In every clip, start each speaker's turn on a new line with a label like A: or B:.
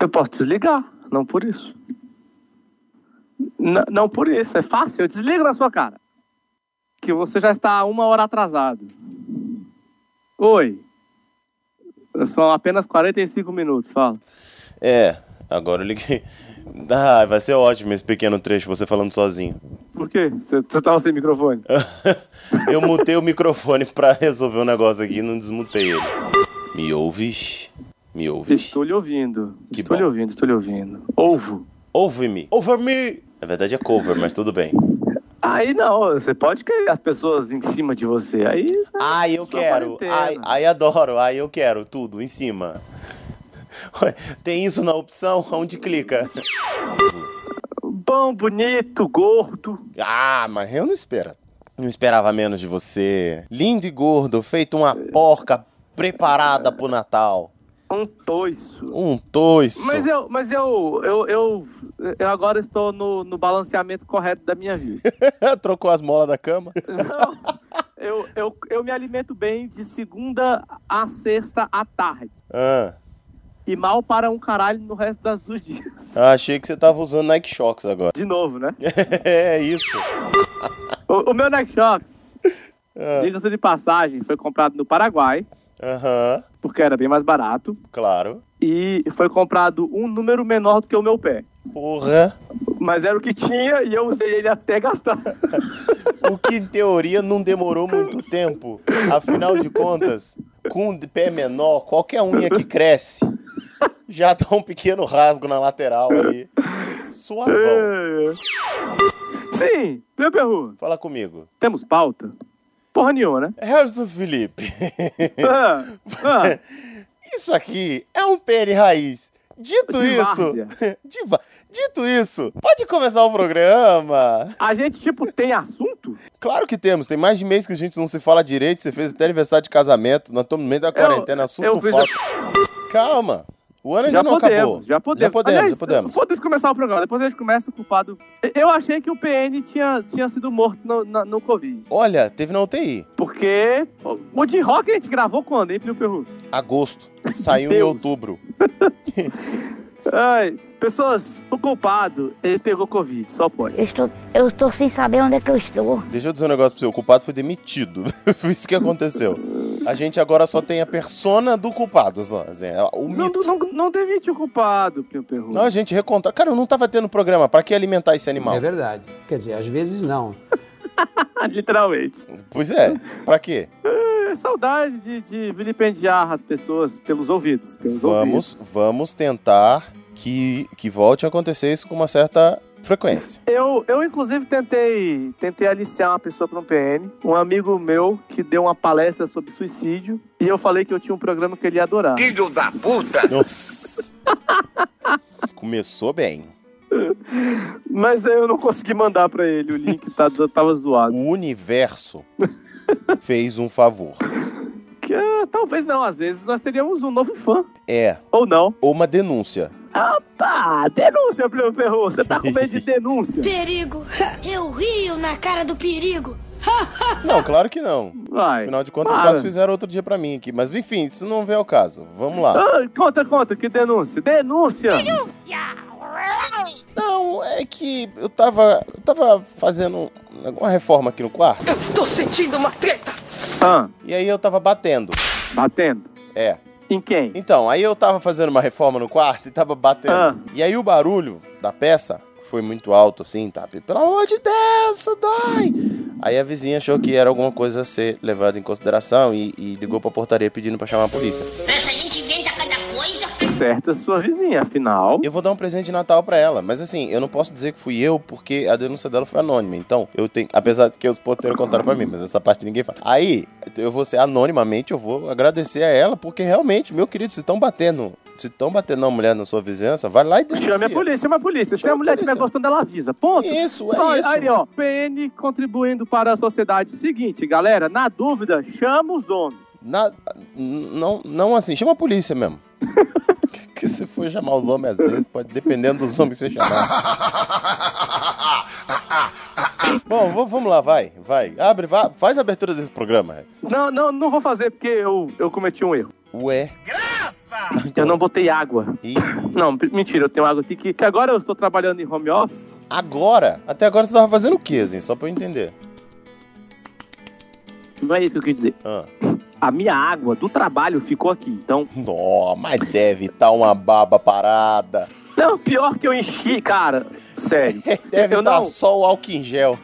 A: Eu posso desligar, não por isso. N- não por isso, é fácil. Eu desligo na sua cara. Que você já está uma hora atrasado. Oi. São apenas 45 minutos, fala.
B: É, agora eu liguei. Ah, vai ser ótimo esse pequeno trecho, você falando sozinho.
A: Por quê? Você estava sem microfone?
B: É, Eu mutei o microfone pra resolver um negócio aqui e não desmutei ele. Me ouves? Me ouves?
A: Estou lhe ouvindo.
B: Que
A: estou lhe
B: bom.
A: ouvindo, estou lhe ouvindo. Ouvo.
B: Ouve-me! Ouve-me! Na verdade é cover, mas tudo bem.
A: Aí não, você pode querer as pessoas em cima de você. Aí. é,
B: Ai, eu
A: Sua
B: quero!
A: quarentena.
B: Ai, ai, adoro! Ai, eu quero! Tudo, em cima. Ué, Tem isso na opção? Onde clica?
A: Bom, bonito, gordo.
B: Ah, mas eu não espero. Não esperava menos de você. Lindo e gordo, feito uma porca preparada pro Natal.
A: Um toiço.
B: Um toiço.
A: Mas eu, mas eu, eu, eu, eu agora estou no, no balanceamento correto da minha vida.
B: é- Trocou as molas da cama?
A: Não, eu, eu, eu me alimento bem de segunda a sexta à tarde.
B: Ah,
A: E mal para um caralho no resto das duas dias.
B: achei que você tava usando Nike Shox agora.
A: De novo, né?
B: é isso.
A: O, o meu Nike Shox,
B: Ah,
A: diga-se de passagem, foi comprado no Paraguai,
B: Aham,
A: porque era bem mais barato.
B: claro.
A: E foi comprado um número menor do que o meu pé.
B: Porra.
A: Mas era o que tinha e eu usei ele até gastar.
B: O que em teoria não demorou muito tempo. Afinal de contas, com um pé menor, qualquer unha que cresce já dá um pequeno rasgo na lateral ali. Suavão.
A: Sim, meu perru,
B: Fala comigo. É
A: temos pauta? Porra nenhuma, né?
B: Harrison Felipe, É.
A: Ah, ah,
B: isso aqui é um pene raiz. Dito
A: De
B: isso,
A: várzea.
B: de va- dito isso, pode começar o programa.
A: a gente, tipo, tem assunto?
B: Claro que temos, tem mais de mês que a gente não se fala direito. Você fez até aniversário de casamento, nós estamos no meio da quarentena, assunto
A: eu fiz-
B: falta. Calma, o ano ainda
A: Já
B: não
A: podemos,
B: acabou.
A: já podemos,
B: Já podemos,
A: Aliás,
B: já podemos.
A: Foda-se começar o programa, depois a gente começa o culpado. Eu achei que o PN tinha, tinha sido morto no, na- no Covid.
B: Olha, teve na UTI,
A: Porque o- o de rock a gente gravou quando, hein, meu perru?
B: agosto, saiu em
A: Deus.
B: outubro.
A: Ai, pessoas, o culpado, ele pegou Covid, só
B: É
A: pode.
C: Eu estou, eu estou sem saber onde é que eu estou.
B: Deixa eu dizer um negócio pra você, o culpado foi demitido. Foi isso que aconteceu. A gente agora só tem a persona do culpado, só. assim, é O
A: Não,
B: mito.
A: não, não demite o culpado, meu perru.
B: Não, é- a gente recontra. Cara, eu não tava tendo programa. Pra que alimentar esse animal?
D: É verdade. Quer dizer, às vezes não.
A: Ah, Literalmente.
B: Pois é, pra quê?
A: É saudade de, de vilipendiar as pessoas pelos ouvidos. Pelos
B: Vamos,
A: ouvidos.
B: vamos tentar que, que volte a acontecer isso com uma certa frequência.
A: Eu, eu, inclusive, tentei, tentei aliciar uma pessoa para um PN, um amigo meu que deu uma palestra sobre suicídio, e eu falei que eu tinha um programa que ele ia adorar.
E: Filho da puta!
B: Nossa. Começou bem.
A: Mas eu não consegui mandar para ele, o link tá, tava zoado.
B: O universo fez um favor.
A: Que, ah, talvez não, às vezes nós teríamos um novo fã.
B: É,
A: Ou não.
B: ou uma denúncia.
A: Opa! Denúncia, meu perro! Você tá com medo de denúncia?
F: Perigo! Eu rio na cara do perigo!
B: Não, claro que não.
A: Vai.
B: Afinal de contas, os
A: Para.
B: caras fizeram outro dia pra mim aqui. Mas enfim, isso não vem ao caso. Vamos lá.
A: Ah, conta, conta, que denúncia? Denúncia!
B: Não, é que eu tava. Eu tava fazendo um- uma reforma aqui no quarto.
G: Eu estou sentindo uma treta!
A: Ah,
B: E aí eu tava batendo.
A: batendo.
B: É.
A: Em quem?
B: Então, aí eu tava fazendo uma reforma no quarto e tava batendo.
A: Ah.
B: E aí o barulho da peça foi muito alto, assim, tá? Pelo amor de Deus, isso dói! Aí a vizinha achou que era alguma coisa a ser levada em consideração e, e ligou pra portaria pedindo pra chamar a polícia.
H: Essa gente inventa cada coisa.
A: Certa sua vizinha, afinal.
B: Eu vou dar um presente de Natal pra ela, mas assim, eu não posso dizer que fui eu, porque a denúncia dela foi anônima. Então, eu tenho. Apesar de que os porteiros contaram pra mim, mas essa parte ninguém fala. Aí, eu vou ser anonimamente, eu vou agradecer a ela, porque realmente, meu querido, se estão batendo. Se estão batendo uma mulher na sua vizinhança, vai lá e denuncia.
A: Chame a polícia, chama a polícia. Se
B: Chama
A: a
B: a
A: mulher estiver
B: polícia.
A: gostando, ela avisa. Ponto.
B: Isso, é
A: Ó,
B: isso.
A: Aí, ó, PN contribuindo para a sociedade. Seguinte, galera, na dúvida, chama os homens.
B: Na- n- não, não assim, chama a polícia mesmo. Porque se for chamar os homens às vezes, pode dependendo dos homens que você chamar. Bom, v- vamos lá, vai, vai. Abre, vá, faz a abertura desse programa.
A: Não, não, não vou fazer porque eu, eu cometi um erro.
B: Ué.
A: Eu não botei água.
B: Ih,
A: Não, p- mentira, eu tenho água aqui que, que agora eu estou trabalhando em home office.
B: agora? Até agora você tava fazendo o quê, Zin? Só pra eu entender.
A: Não é isso que eu quis dizer.
B: Ah.
A: A minha água do trabalho ficou aqui. Então,
B: Nó, mas deve estar uma baba parada.
A: não, pior que eu enchi, cara. Sério.
B: Deve
A: eu
B: estar
A: não,
B: só o álcool em gel.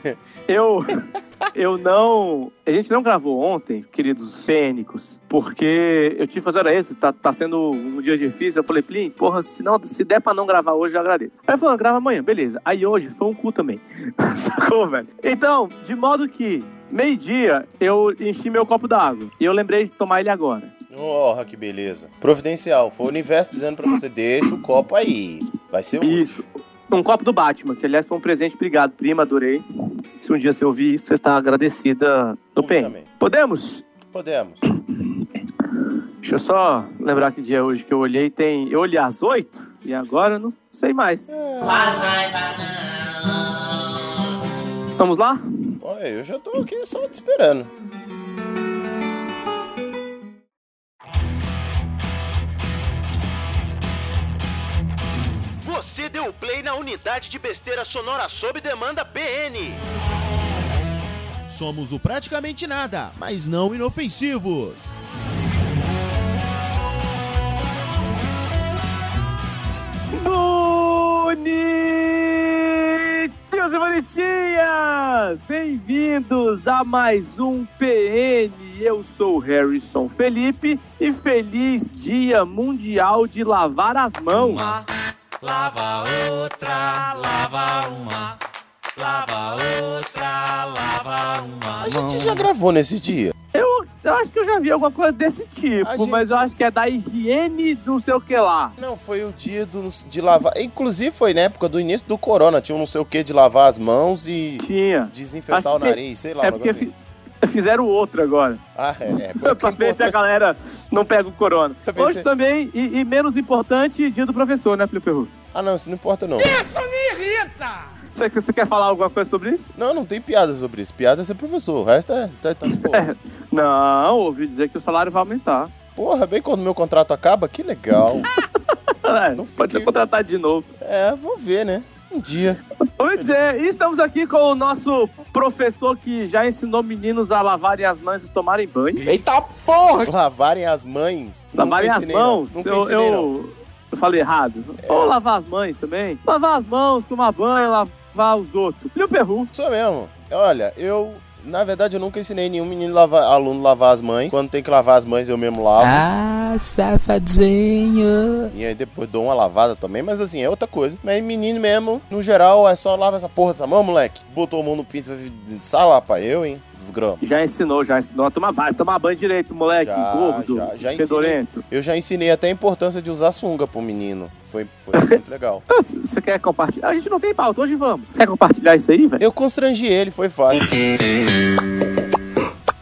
A: eu eu não, a gente não gravou ontem, queridos fênicos, porque eu tive que fazer hora extra, tá, tá sendo um dia difícil. Eu falei, Plim, porra, se não, se der pra não gravar hoje, eu agradeço. Aí falou, grava amanhã, beleza. Aí hoje foi um cu também. Sacou, velho? Então, de modo que meio-dia eu enchi meu copo d'água e eu lembrei de tomar ele agora.
B: Porra, que beleza. Providencial, foi o universo dizendo pra você, deixa o copo aí. Vai ser útil.
A: Isso. Um copo do Batman, que aliás foi um presente. Obrigado, prima, adorei. Se um dia você ouvir isso, você está agradecida no PEN.
B: Publicamente.
A: Podemos?
B: Podemos.
A: Deixa eu só lembrar que dia é hoje que eu olhei. Tem. Eu olhei às oito e agora eu não sei mais. Vamos lá?
B: Olha, eu já tô aqui só te esperando.
E: Você deu play na unidade de besteira sonora sob demanda PN.
I: Somos o praticamente nada, mas não inofensivos.
A: Bonitinhos e bonitinhas! Bem-vindos a mais um PN. Eu sou o Harrison Felipe e feliz Dia Mundial de Lavar as Mãos.
B: A gente já gravou nesse dia.
A: Eu, eu acho que eu já vi alguma coisa desse tipo,
B: A gente-
A: mas eu acho que é da higiene do não sei o que lá.
B: Não, foi o dia do- de lavar. Inclusive foi na época do início do corona. Tinha um não sei o que de lavar as mãos e
A: Tinha.
B: desinfetar
A: Acho
B: o
A: que
B: nariz, sei lá.
A: é
B: um
A: porque
B: negócio
A: fi- fizeram outro agora.
B: assim. Ah, é. é
A: pra ver se a galera não pega o corona.
B: Eu pensei-
A: Hoje também, e, e menos importante, dia do professor, né, Felipe Perru?
B: Ah, não, isso não importa não.
A: Você, você quer falar alguma coisa sobre isso?
B: Não, não tem piada sobre isso. Piada é ser professor. O resto é. Tá, tá de boa.
A: Não, ouvi dizer que o salário vai aumentar.
B: Porra, bem quando meu contrato acaba, que legal.
A: É, pode
B: Não fiquei-
A: ser contratado de novo.
B: É, vou ver, né? Um dia.
A: Ouvi dizer, e estamos aqui com o nosso professor que já ensinou meninos a lavarem as mãos e tomarem banho.
G: Eita porra!
B: Lavarem as mães.
A: Lavarem
B: Nunca
A: as
B: ensinei, não.
A: mãos?
B: Nunca
A: eu,
B: ensinei, não. É.
A: eu, eu falei errado. Ou lavar as mães também. Lavar as mãos, tomar banho, lavar os outros. E o Perru?
B: Sou mesmo. Olha, eu... Na verdade, eu nunca ensinei nenhum menino lavar, aluno lavar as mães. Quando tem que lavar as mães, eu mesmo lavo.
J: Ah, safadinho.
B: E aí depois dou uma lavada também, mas assim, é outra coisa. Mas menino mesmo, no geral, é só lava essa porra dessa mão, moleque. Botou a mão no pinto, sala pra eu, hein? Desgrama.
A: Já ensinou, já ensinou a tomar banho. Tomar banho direito, moleque,
B: Já,
A: gordo,
B: já, já ensinei.
A: fedorento.
B: Eu já ensinei até a importância de usar sunga pro menino. Foi, foi muito legal.
A: Ah, c- Você quer compartilhar? A gente não tem pauta, hoje vamos. Você quer compartilhar isso aí, velho?
B: Eu constrangi ele, foi fácil.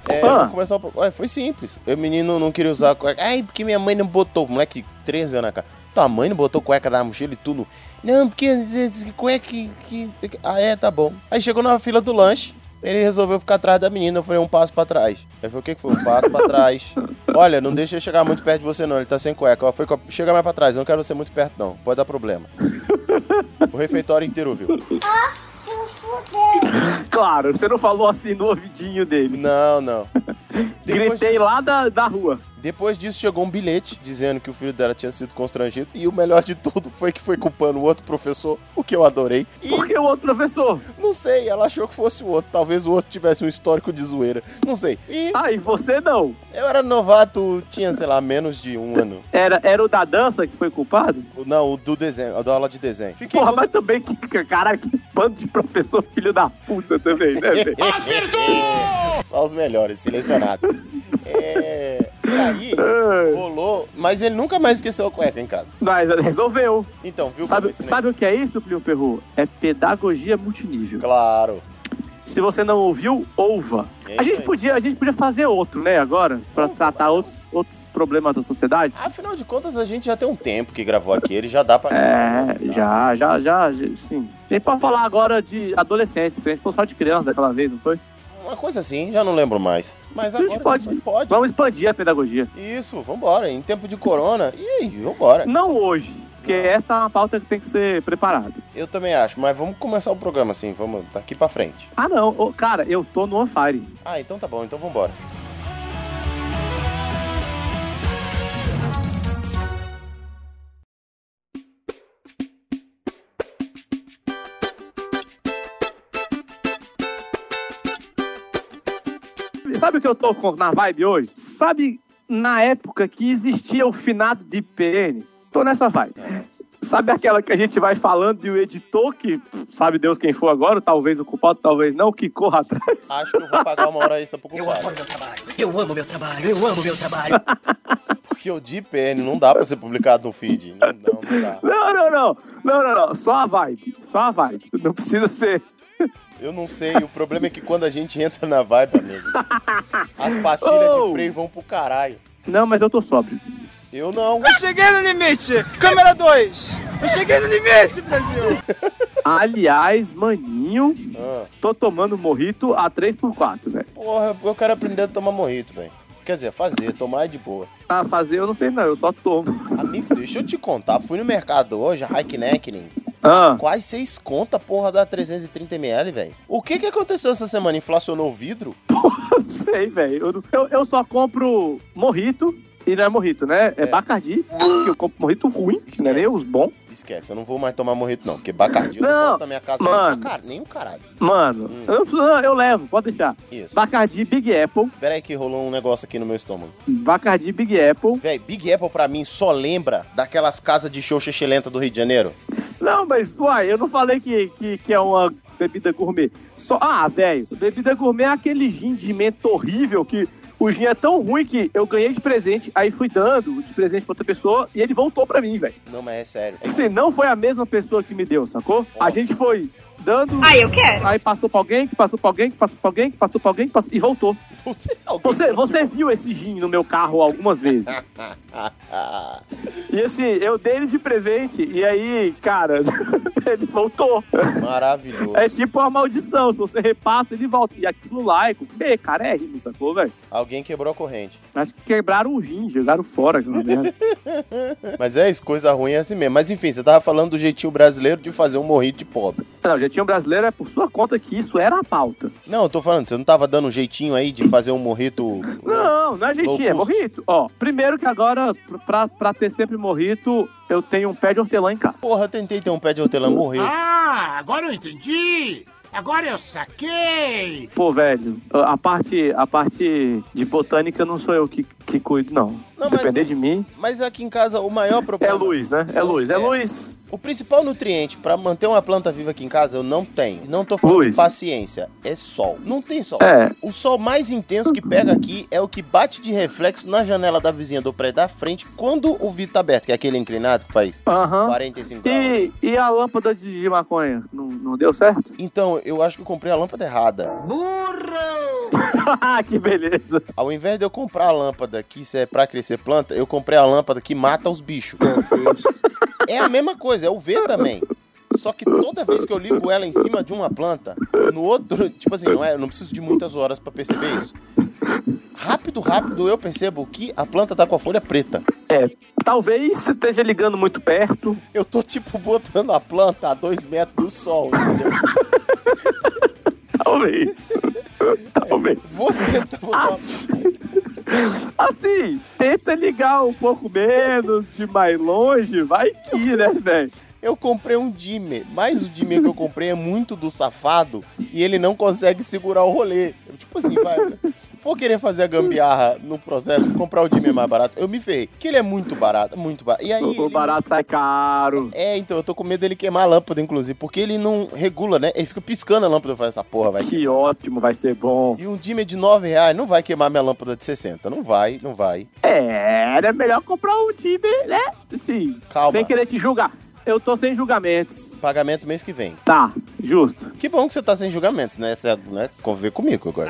B: É,
A: Ah.
B: vamos começar o- Ué, foi simples. O menino não queria usar a cueca. Ai, porque minha mãe não botou. Moleque, 13 anos na cara. Tua mãe não botou cueca da mochila e tudo. Não, porque eh, cueca que, que. Ah, é, tá bom. Aí chegou na fila do lanche. Ele resolveu ficar atrás da menina. Eu falei, um passo pra trás. Aí falei, o que que foi? Um passo pra trás. Olha, não deixa eu chegar muito perto de você, não. Ele tá sem cueca. Ó, foi, co- chega mais pra trás. Eu não quero você muito perto, não. Pode dar problema. o refeitório inteiro viu.
A: Claro, você não falou assim no ouvidinho dele.
B: Não, não. Depois
A: Gritei
B: disso-
A: lá da, da rua.
B: Depois disso chegou um bilhete dizendo que o filho dela tinha sido constrangido e o melhor de tudo foi que foi culpando o outro professor, o que eu adorei. E
A: Porque o outro professor.
B: não sei, ela achou que fosse o outro, talvez o outro tivesse um histórico de zoeira, não sei. E
A: Ah, e você não.
B: eu era novato, tinha sei lá menos de um ano.
A: Era, era o da dança que foi culpado?
B: Não, o do desenho, o da aula de desenho. Fiquei
A: Porra, mas também, que, que- caralho, que bando de professor filho da puta também, né, velho?
B: Só os melhores, selecionados. É... E aí, rolou, mas ele nunca mais esqueceu a cueca em casa.
A: Mas resolveu.
B: Então, viu como eu
A: Sabe,
B: ensinei?
A: sabe o que é isso, Plio Perru? É pedagogia multinível.
B: Claro.
A: Se você não ouviu, ouva.
B: É
A: A
B: isso
A: gente,
B: aí.
A: podia, a gente podia fazer outro, né, agora? Pra
B: Ouva,
A: tratar outros, outros problemas da sociedade.
B: Ah, Afinal de contas, a gente já tem um tempo que gravou aqui, ele já dá pra. né?
A: É, já, já, já, já, sim. A gente pode falar agora de adolescentes, a gente falou só de criança daquela vez, não foi?
B: Uma coisa assim, já não lembro mais. Mas
A: A gente
B: agora
A: pode-
B: pode.
A: Vamos expandir a pedagogia.
B: Isso, vambora. Em tempo de corona, e aí, vambora.
A: Não hoje, porque essa é uma pauta que tem que ser preparada.
B: Eu também acho, mas vamos começar o programa assim, vamos daqui pra frente.
A: Ah, não. Ô, cara, eu tô no on fire.
B: Ah, então tá bom, então vambora.
A: Sabe o que eu tô com- na vibe hoje? Sabe na época que existia o finado de PN? Tô nessa vibe. Sabe aquela que a gente vai falando e o editor, que pff, sabe Deus quem for agora, talvez o culpado, talvez não, que corra atrás?
B: Acho que eu vou pagar uma hora extra pro
G: Eu
B: culpado.
G: adoro meu trabalho, eu amo meu trabalho, eu amo meu trabalho.
B: Porque o de IPN não dá pra ser publicado no feed. Não, não, não dá.
A: Não, não, não. Não, não, não. Só a vibe. Só a vibe. Não precisa ser.
B: Eu não sei, o problema é que quando a gente entra na vibe, amigo, as pastilhas
A: Oh!
B: de freio vão pro caralho.
A: Não, mas eu tô sóbrio.
B: Eu não.
G: Eu cheguei no limite, câmera 2. Eu cheguei no limite, Brasil.
A: Aliás, maninho,
B: Ah,
A: tô tomando morrito a 3x4, velho.
B: porra, eu quero aprender a tomar morrito, velho. Quer dizer, fazer, tomar é de boa.
A: Ah, fazer eu não sei não, eu só tomo.
B: Amigo, deixa eu te contar. Fui no mercado hoje, Hacknecking.
A: Ah,
B: Quase seis conta, porra, da 330ml, velho. O que que aconteceu essa semana? Inflacionou o vidro?
A: eu não sei, velho. Eu, não- eu, eu só compro morrito, e não é morrito, né? É, Bacardi, que eu compro morrito ruim, que não é nem os bons.
B: Esquece, eu não vou mais tomar morrito, não. Porque Bacardi eu
A: Não,
B: não boto na minha casa nem
A: mano.
B: pra car- nem um caralho.
A: Mano, eu, não preciso- não, eu levo, pode deixar.
B: Isso.
A: Bacardi Big Apple,
B: Pera aí que rolou um negócio aqui no meu estômago.
A: Bacardi Big Apple.
B: Véi, Big Apple pra mim só lembra daquelas casas de show xixelenta do Rio de Janeiro.
A: Não, mas, uai, eu não falei que, que, que é uma bebida gourmet. Só, ah, velho, bebida gourmet é aquele gin de menta horrível que o gin é tão ruim que eu ganhei de presente, aí fui dando de presente pra outra pessoa e ele voltou pra mim, velho.
B: Não, mas é sério.
A: Se não foi a mesma pessoa que me deu, sacou? A gente foi dando.
K: Ah, eu quero.
A: Aí passou pra alguém, que passou pra alguém, que passou pra alguém, que passou pra alguém, que passou, e voltou.
B: Alguém
A: Você, você viu esse gin no meu carro algumas vezes.
B: Ah,
A: E assim, eu dei ele de presente, e aí, cara, ele voltou.
B: ah. Maravilhoso.
A: É tipo uma maldição, se você repassa, ele volta. E aquilo lá é com B, cara, é rimo, sacou, velho?
B: Alguém quebrou a corrente.
A: Acho que quebraram o gin, jogaram fora aquela merda.
B: Mas é isso, coisa ruim é assim mesmo. Mas enfim, você tava falando do jeitinho brasileiro de fazer um morrito de pobre.
A: Não, já tinha um brasileiro, é por sua conta que isso era a pauta.
B: Não, eu tô falando, você não tava dando um jeitinho aí de fazer um morrito.
A: Não, não é jeitinho, é
B: Low cost.
A: morrito. Ó, primeiro que agora, pr- pra, pra ter sempre morrito, eu tenho um pé de hortelã em casa.
B: Porra, eu tentei ter um pé de hortelã, morreu.
K: Ah, agora eu entendi. Agora eu saquei.
A: Pô, velho, a parte, a parte de botânica não sou eu que, que cuido, não.
B: Não, mas- é
A: Depender de mim.
B: Mas aqui em casa o maior
A: É
B: problema.
A: luz, né? É luz, é
B: É.
A: luz.
B: O principal nutriente pra manter uma planta viva aqui em casa eu não tenho. Não tô falando
A: Luz.
B: de paciência, é sol. Não tem sol.
A: É.
B: O sol mais intenso que pega aqui é o que bate de reflexo na janela da vizinha do prédio da frente quando o vidro tá aberto, que é aquele inclinado que faz
A: Aham.
B: 45 graus.
A: E, e a lâmpada de, de maconha? Não, não deu certo?
B: Então, eu acho que eu comprei a lâmpada errada.
A: Ah, que beleza.
B: Ao invés de eu comprar a lâmpada que isso é pra crescer planta, eu comprei a lâmpada que mata os bichos. É a mesma coisa, é o V também. Só que toda vez que eu ligo ela em cima de uma planta, no outro. Tipo assim, não, é, eu não preciso de muitas horas pra perceber isso. Rápido, rápido eu percebo que a planta tá com a folha preta.
A: Talvez você esteja ligando muito perto.
B: Eu tô tipo botando a planta a dois metros do sol. entendeu?
A: Talvez. Talvez.
B: Vou tentar
A: Ah,
B: botar.
A: Assim, tenta ligar um pouco menos, de mais longe, vai que, né, velho?
B: Eu comprei um dimmer, mas o dimmer que eu comprei é muito do safado e ele não consegue segurar o rolê. Eu, tipo assim, vai. Vou querer fazer a gambiarra no processo, comprar o dimmer mais barato. Eu me ferrei, porque ele é muito barato, muito barato. E aí.
A: O
B: ele-
A: barato sai caro.
B: É, então, eu tô com medo dele queimar a lâmpada, inclusive, porque ele não regula, né? Ele fica piscando a lâmpada e faz essa porra, vai.
A: Que ótimo, vai ser bom.
B: E um dimmer de 9 reais não vai queimar minha lâmpada de 60. Não vai, não vai.
A: É, era melhor comprar um time, né? Assim,
B: Calma.
A: sem querer te julgar. Eu tô sem julgamentos.
B: Pagamento mês que vem.
A: Tá, justo.
B: Que bom que você tá sem julgamento, né? Você né, conviver comigo agora.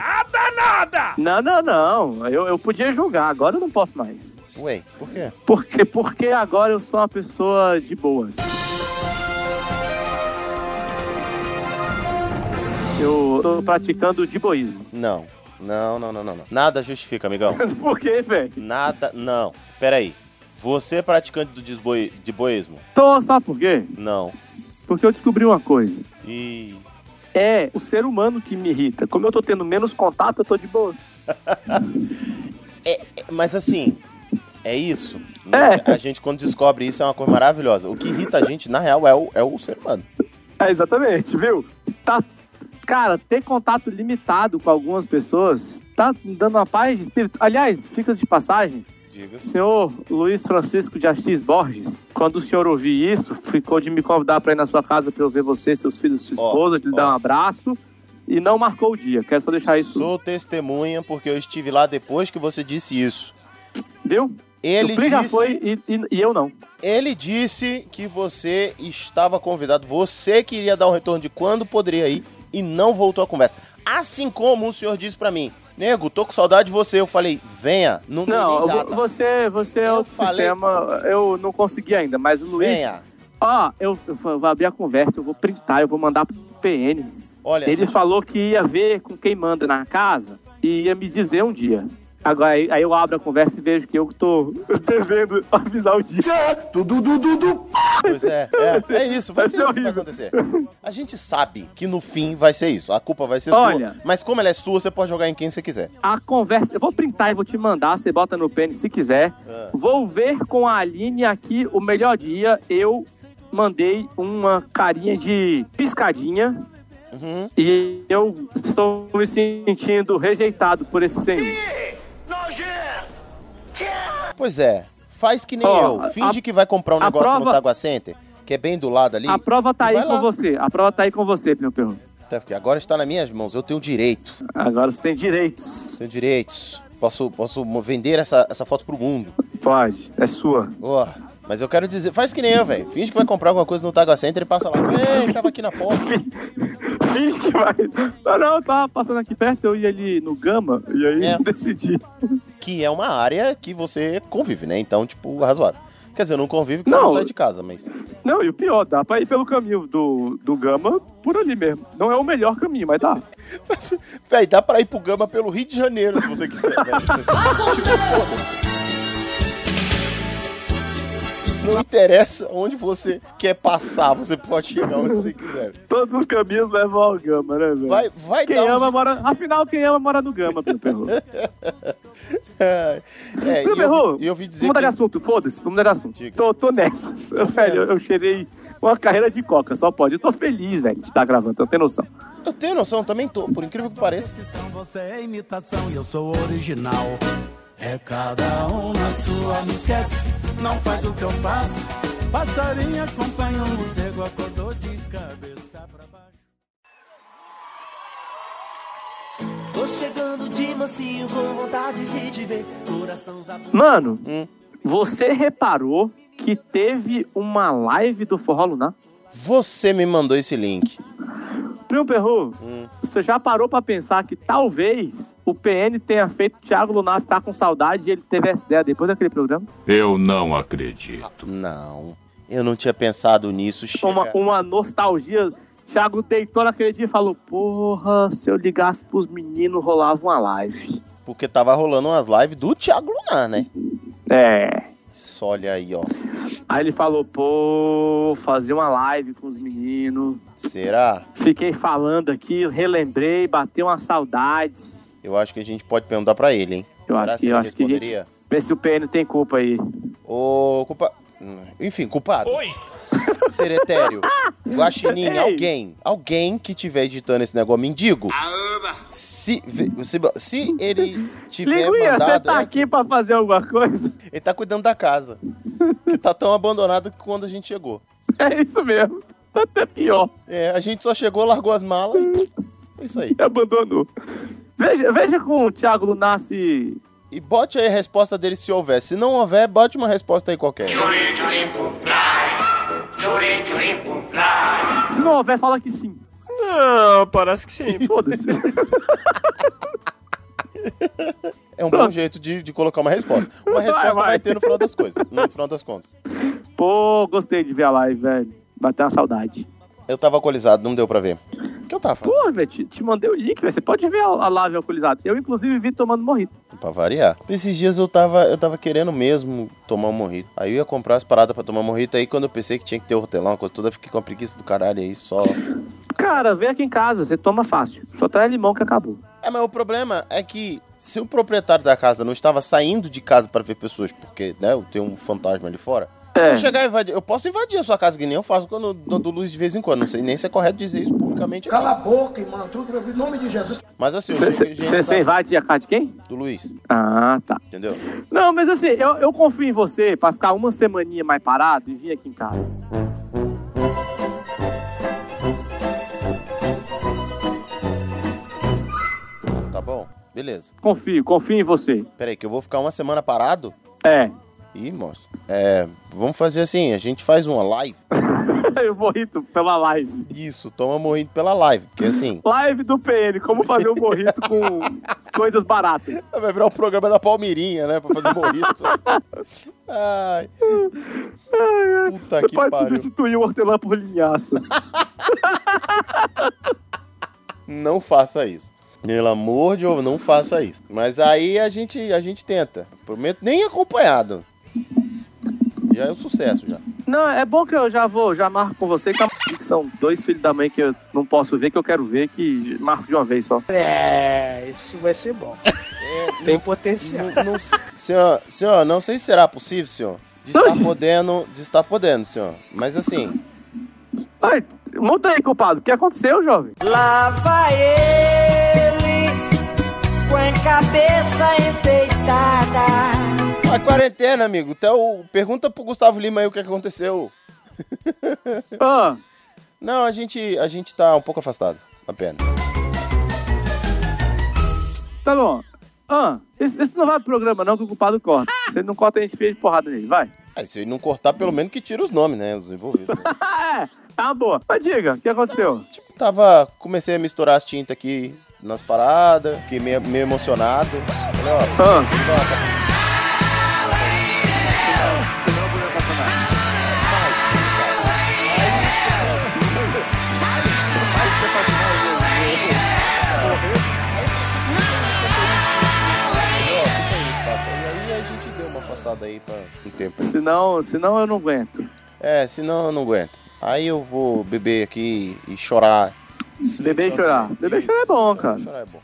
A: Não, não, não. Eu, eu podia julgar, agora eu não posso mais.
B: Ué, por quê?
A: Porque, porque agora eu sou uma pessoa de boas. Eu tô praticando diboísmo.
B: Não. Não, não, não, não, não. Nada justifica, amigão.
A: Por quê, velho?
B: Nada, não. Peraí. Você é praticante do disboi, de boísmo?
A: Tô, sabe por quê?
B: Não.
A: Porque eu descobri uma coisa.
B: E
A: É o ser humano que me irrita. Como eu tô tendo menos contato, eu tô de boa.
B: Mas assim, é isso. Né?
A: É.
B: A gente, quando descobre isso, é uma coisa maravilhosa. O que irrita a gente, na real, é o, é o ser humano.
A: É, exatamente, viu? Tá. Cara, ter contato limitado com algumas pessoas tá me dando uma paz de espírito. Aliás, fica de passagem,
B: Diga.
A: senhor Luiz Francisco de Assis Borges, quando o senhor ouvir isso, ficou de me convidar pra ir na sua casa pra eu ver você, seus filhos, sua
B: Ó,
A: esposa, te
B: ó.
A: dar um abraço e não marcou o dia. Quero só deixar É isso,
B: Sou testemunha porque eu estive lá depois que você disse isso.
A: viu?
B: Ele
A: o Pli já
B: disse,
A: foi e, e- e eu não.
B: ele disse que você estava convidado, você queria dar um retorno de quando poderia ir e não voltou a conversa. Assim como o senhor disse pra mim, nego, tô com saudade de você. Eu falei, venha, não tem
A: Não,
B: nem
A: vo-
B: data.
A: você, você é
B: Eu
A: outro
B: falei-
A: sistema, eu não consegui ainda, mas o Luiz
B: venha.
A: Ó, eu, eu vou abrir a conversa, eu vou printar, eu vou mandar pro PN.
B: Olha,
A: Ele falou que ia ver com quem manda na casa e ia me dizer um dia. Agora, aí aí eu abro a conversa e vejo que eu tô devendo avisar o dia.
B: Pois é, é, é isso, vai,
A: Vai
B: ser,
A: ser
B: isso que vai acontecer. A gente sabe que no fim vai ser isso, a culpa vai ser
A: Olha.
B: sua, mas como ela é sua, você pode jogar em quem você quiser.
A: A conversa, eu vou printar e vou te mandar, você bota no PN se quiser.
B: Ah.
A: Vou ver com a Aline aqui o melhor dia. Eu mandei uma carinha de piscadinha
B: Uhum.
A: e eu estou me sentindo rejeitado por esse senhor.
B: Pois é, faz que nem
A: Ó,
B: eu, finge que vai comprar um
A: a
B: negócio no
A: prova-
B: Tagua Center, que é bem do lado ali,
A: A prova tá aí
B: Vai
A: com
B: lá.
A: você. A prova tá aí com você, meu perro.
B: até tá, porque agora está nas minhas mãos, eu tenho direito,
A: Agora você tem direitos.
B: tenho direitos, posso, posso mo- vender essa, essa foto pro mundo.
A: Pode. É sua.
B: Ó, mas eu quero dizer, faz que nem eu, velho, finge que vai comprar alguma coisa no Tagua Center e passa lá, ei, tava aqui na porta.
A: Finge que vai. Não, não, eu tava passando aqui perto, eu ia ali no Gama e aí
B: É.
A: decidi.
B: que é uma área que você convive, né? Então, tipo, razoável. Quer dizer, não convive que você
A: Não.
B: não sai de casa, mas.
A: Não, e o pior, dá pra ir pelo caminho do, do Gama por ali mesmo. Não é o melhor caminho, mas dá.
B: Véi, dá pra ir pro Gama pelo Rio de Janeiro se você quiser, né? velho. Não interessa onde você quer passar, você pode chegar onde você quiser.
A: Todos os caminhos levam ao Gama, né, velho?
B: Vai, vai
A: Quem
B: dar um
A: ama
B: jeito.
A: mora. Afinal, quem ama mora no Gama, meu perro.
B: É, é, e
A: Meu
B: eu,
A: perro,
B: ouvi- e eu ouvi dizer
A: vamos mudar de
B: que.
A: assunto, foda-se, vamos mudar de assunto.
B: Diga. É.
A: Tô, tô nessas. Velho, eu, eu cheirei uma carreira de coca, só pode. Eu tô feliz, velho, de estar gravando, você não tem noção.
B: Eu tenho noção, também tô, por incrível que pareça.
K: Você é imitação e eu sou original. É cada um na sua, não esquece, não faz o que eu faço. Passarinho acompanha o morcego, acordou de cabeça pra baixo. Tô chegando de mansinho com vontade de te ver, coração zabumbado.
A: Mano,
B: Hum.
A: você reparou que teve uma live do Forró Lunar?
B: Você me mandou esse link.
A: Primo Perru,
B: Hum.
A: você já parou pra pensar que talvez o PN tenha feito o Thiago Lunar ficar com saudade e ele teve essa ideia depois daquele programa?
L: Eu não acredito.
B: Não. Eu não tinha pensado nisso. Chega.
A: Uma, uma nostalgia. Thiago deitou naquele dia e falou: Porra, se eu ligasse pros meninos, rolava uma live.
B: Porque tava rolando umas lives do Thiago Lunar, né?
A: É.
B: Só olha aí, ó.
A: Aí ele falou, pô, fazer uma live com os meninos.
B: Será?
A: Fiquei falando aqui, relembrei, bateu uma saudade.
B: Eu acho que a gente pode perguntar pra ele, hein?
A: Eu
B: Será
A: acho
B: se
A: que- eu
B: ele
A: acho que a gente-
B: responderia?
A: Vê se o PN tem culpa aí.
B: Ô, culpa... Hum, Enfim, culpado. Oi! Seretério, Guaxinim,
A: Ei.
B: alguém, alguém que tiver editando esse negócio, mendigo. Se, ve- se, se ele tiver
A: Linguinha, você
B: mandado,
A: tá
B: é-
A: aqui pra fazer alguma coisa?
B: ele tá cuidando da casa, que tá tão abandonada que quando a gente chegou.
A: É isso mesmo. Tá até pior.
B: É, a gente só chegou, largou as malas e... É isso aí.
A: Abandonou. Veja, veja com o Thiago Lunar se.
B: E bote aí a resposta dele se houver. Se não houver, bote uma resposta aí qualquer.
A: Se não houver, fala que sim.
E: Não, parece que sim.
A: Foda-se.
B: É um bom jeito de, de colocar uma resposta. Uma resposta vai,
A: vai.
B: ter no final das coisas. No final das contas.
A: pô, gostei de ver a live, velho. Bateu uma saudade.
B: Eu tava alcoolizado, não deu pra ver. que eu tava falando?
A: Pô, velho, te, te mandei o link, velho. Você pode ver a, a Lávia alcoolizada. Eu, inclusive, vi tomando morrito.
B: Pra variar. Esses dias eu tava, eu tava querendo mesmo tomar um morrito. Aí eu ia comprar as paradas pra tomar morrito. Aí quando eu pensei que tinha que ter hortelã, uma coisa toda, eu fiquei com a preguiça do caralho aí só.
A: Cara, vem aqui em casa, você toma fácil. Só traz limão que acabou.
B: É, mas o problema é que se o proprietário da casa não estava saindo de casa pra ver pessoas, porque, né, tem um fantasma ali fora.
A: É.
B: Eu, chegar e invadir, eu posso invadir a sua casa, que nem eu faço quando eu dou luz de vez em quando. Não sei nem se é correto dizer isso publicamente.
M: Cala a boca, irmão. Tudo em nome de Jesus.
B: Mas assim, eu chego e higienizo a
A: Você
B: casa
A: invade a casa de quem?
B: do Luiz,
A: Ah, tá.
B: entendeu?
A: Não, mas assim, eu, eu confio em você pra ficar uma semaninha mais parado e vir aqui em casa.
B: Tá bom? Beleza.
A: Confio, confio em você.
B: Peraí, que eu vou ficar uma semana parado?
A: É.
B: Ih, moço. É, vamos fazer assim, a gente faz uma live.
A: Eu morrito pela live.
B: Isso, toma morrendo pela live, porque assim...
A: Live do PN, como fazer um morrito com coisas baratas.
B: Vai virar um programa da Palmeirinha, né? Pra fazer morrito. Ai. Puta
A: você
B: Tá que
A: pode
B: pariu.
A: substituir o hortelã por linhaça.
B: Não faça isso. Pelo amor de Deus, não faça isso. Mas aí a gente, a gente tenta. Prometo nem acompanhado. Já é um sucesso, já.
A: Não, é bom que eu já vou, já marco com você que, a... que são dois filhos da mãe que eu não posso ver, que eu quero ver, que marco de uma vez só.
G: É, isso vai ser bom. Tem potencial.
B: Não, não, senhor, senhor, não sei se será possível, senhor. De estar podendo, de estar podendo, senhor. Mas assim,
A: Ai, monta aí, culpado. O que aconteceu, jovem?
K: Lá vai ele, com a cabeça enfeitada.
B: a quarentena, amigo. Até o, pergunta pro Gustavo Lima aí o que aconteceu.
A: Ah,
B: Não, a gente, a gente tá um pouco afastado, apenas.
A: tá bom. Ah, esse, esse não vai pro programa, não, que o culpado corta. Se ele não corta, a gente fez porrada nele, vai.
B: Ah, e se ele não cortar, pelo menos que tira os nomes, né? Os envolvidos. né?
A: Ah, é, tá uma boa. Mas diga, o que aconteceu?
B: tipo, tava. Comecei a misturar as tintas aqui nas paradas, fiquei meio, meio emocionado. Falei, ó,
A: Ah.
B: toca. Falei, ó, fica aí, é passa. E aí a gente deu uma afastada aí pra um tempo.
A: Senão, senão eu não aguento.
B: É, senão eu não aguento. Aí eu vou beber aqui e chorar.
A: Bebê e chorar. Beber e chorar é bom, cara.
B: Chorar é bom.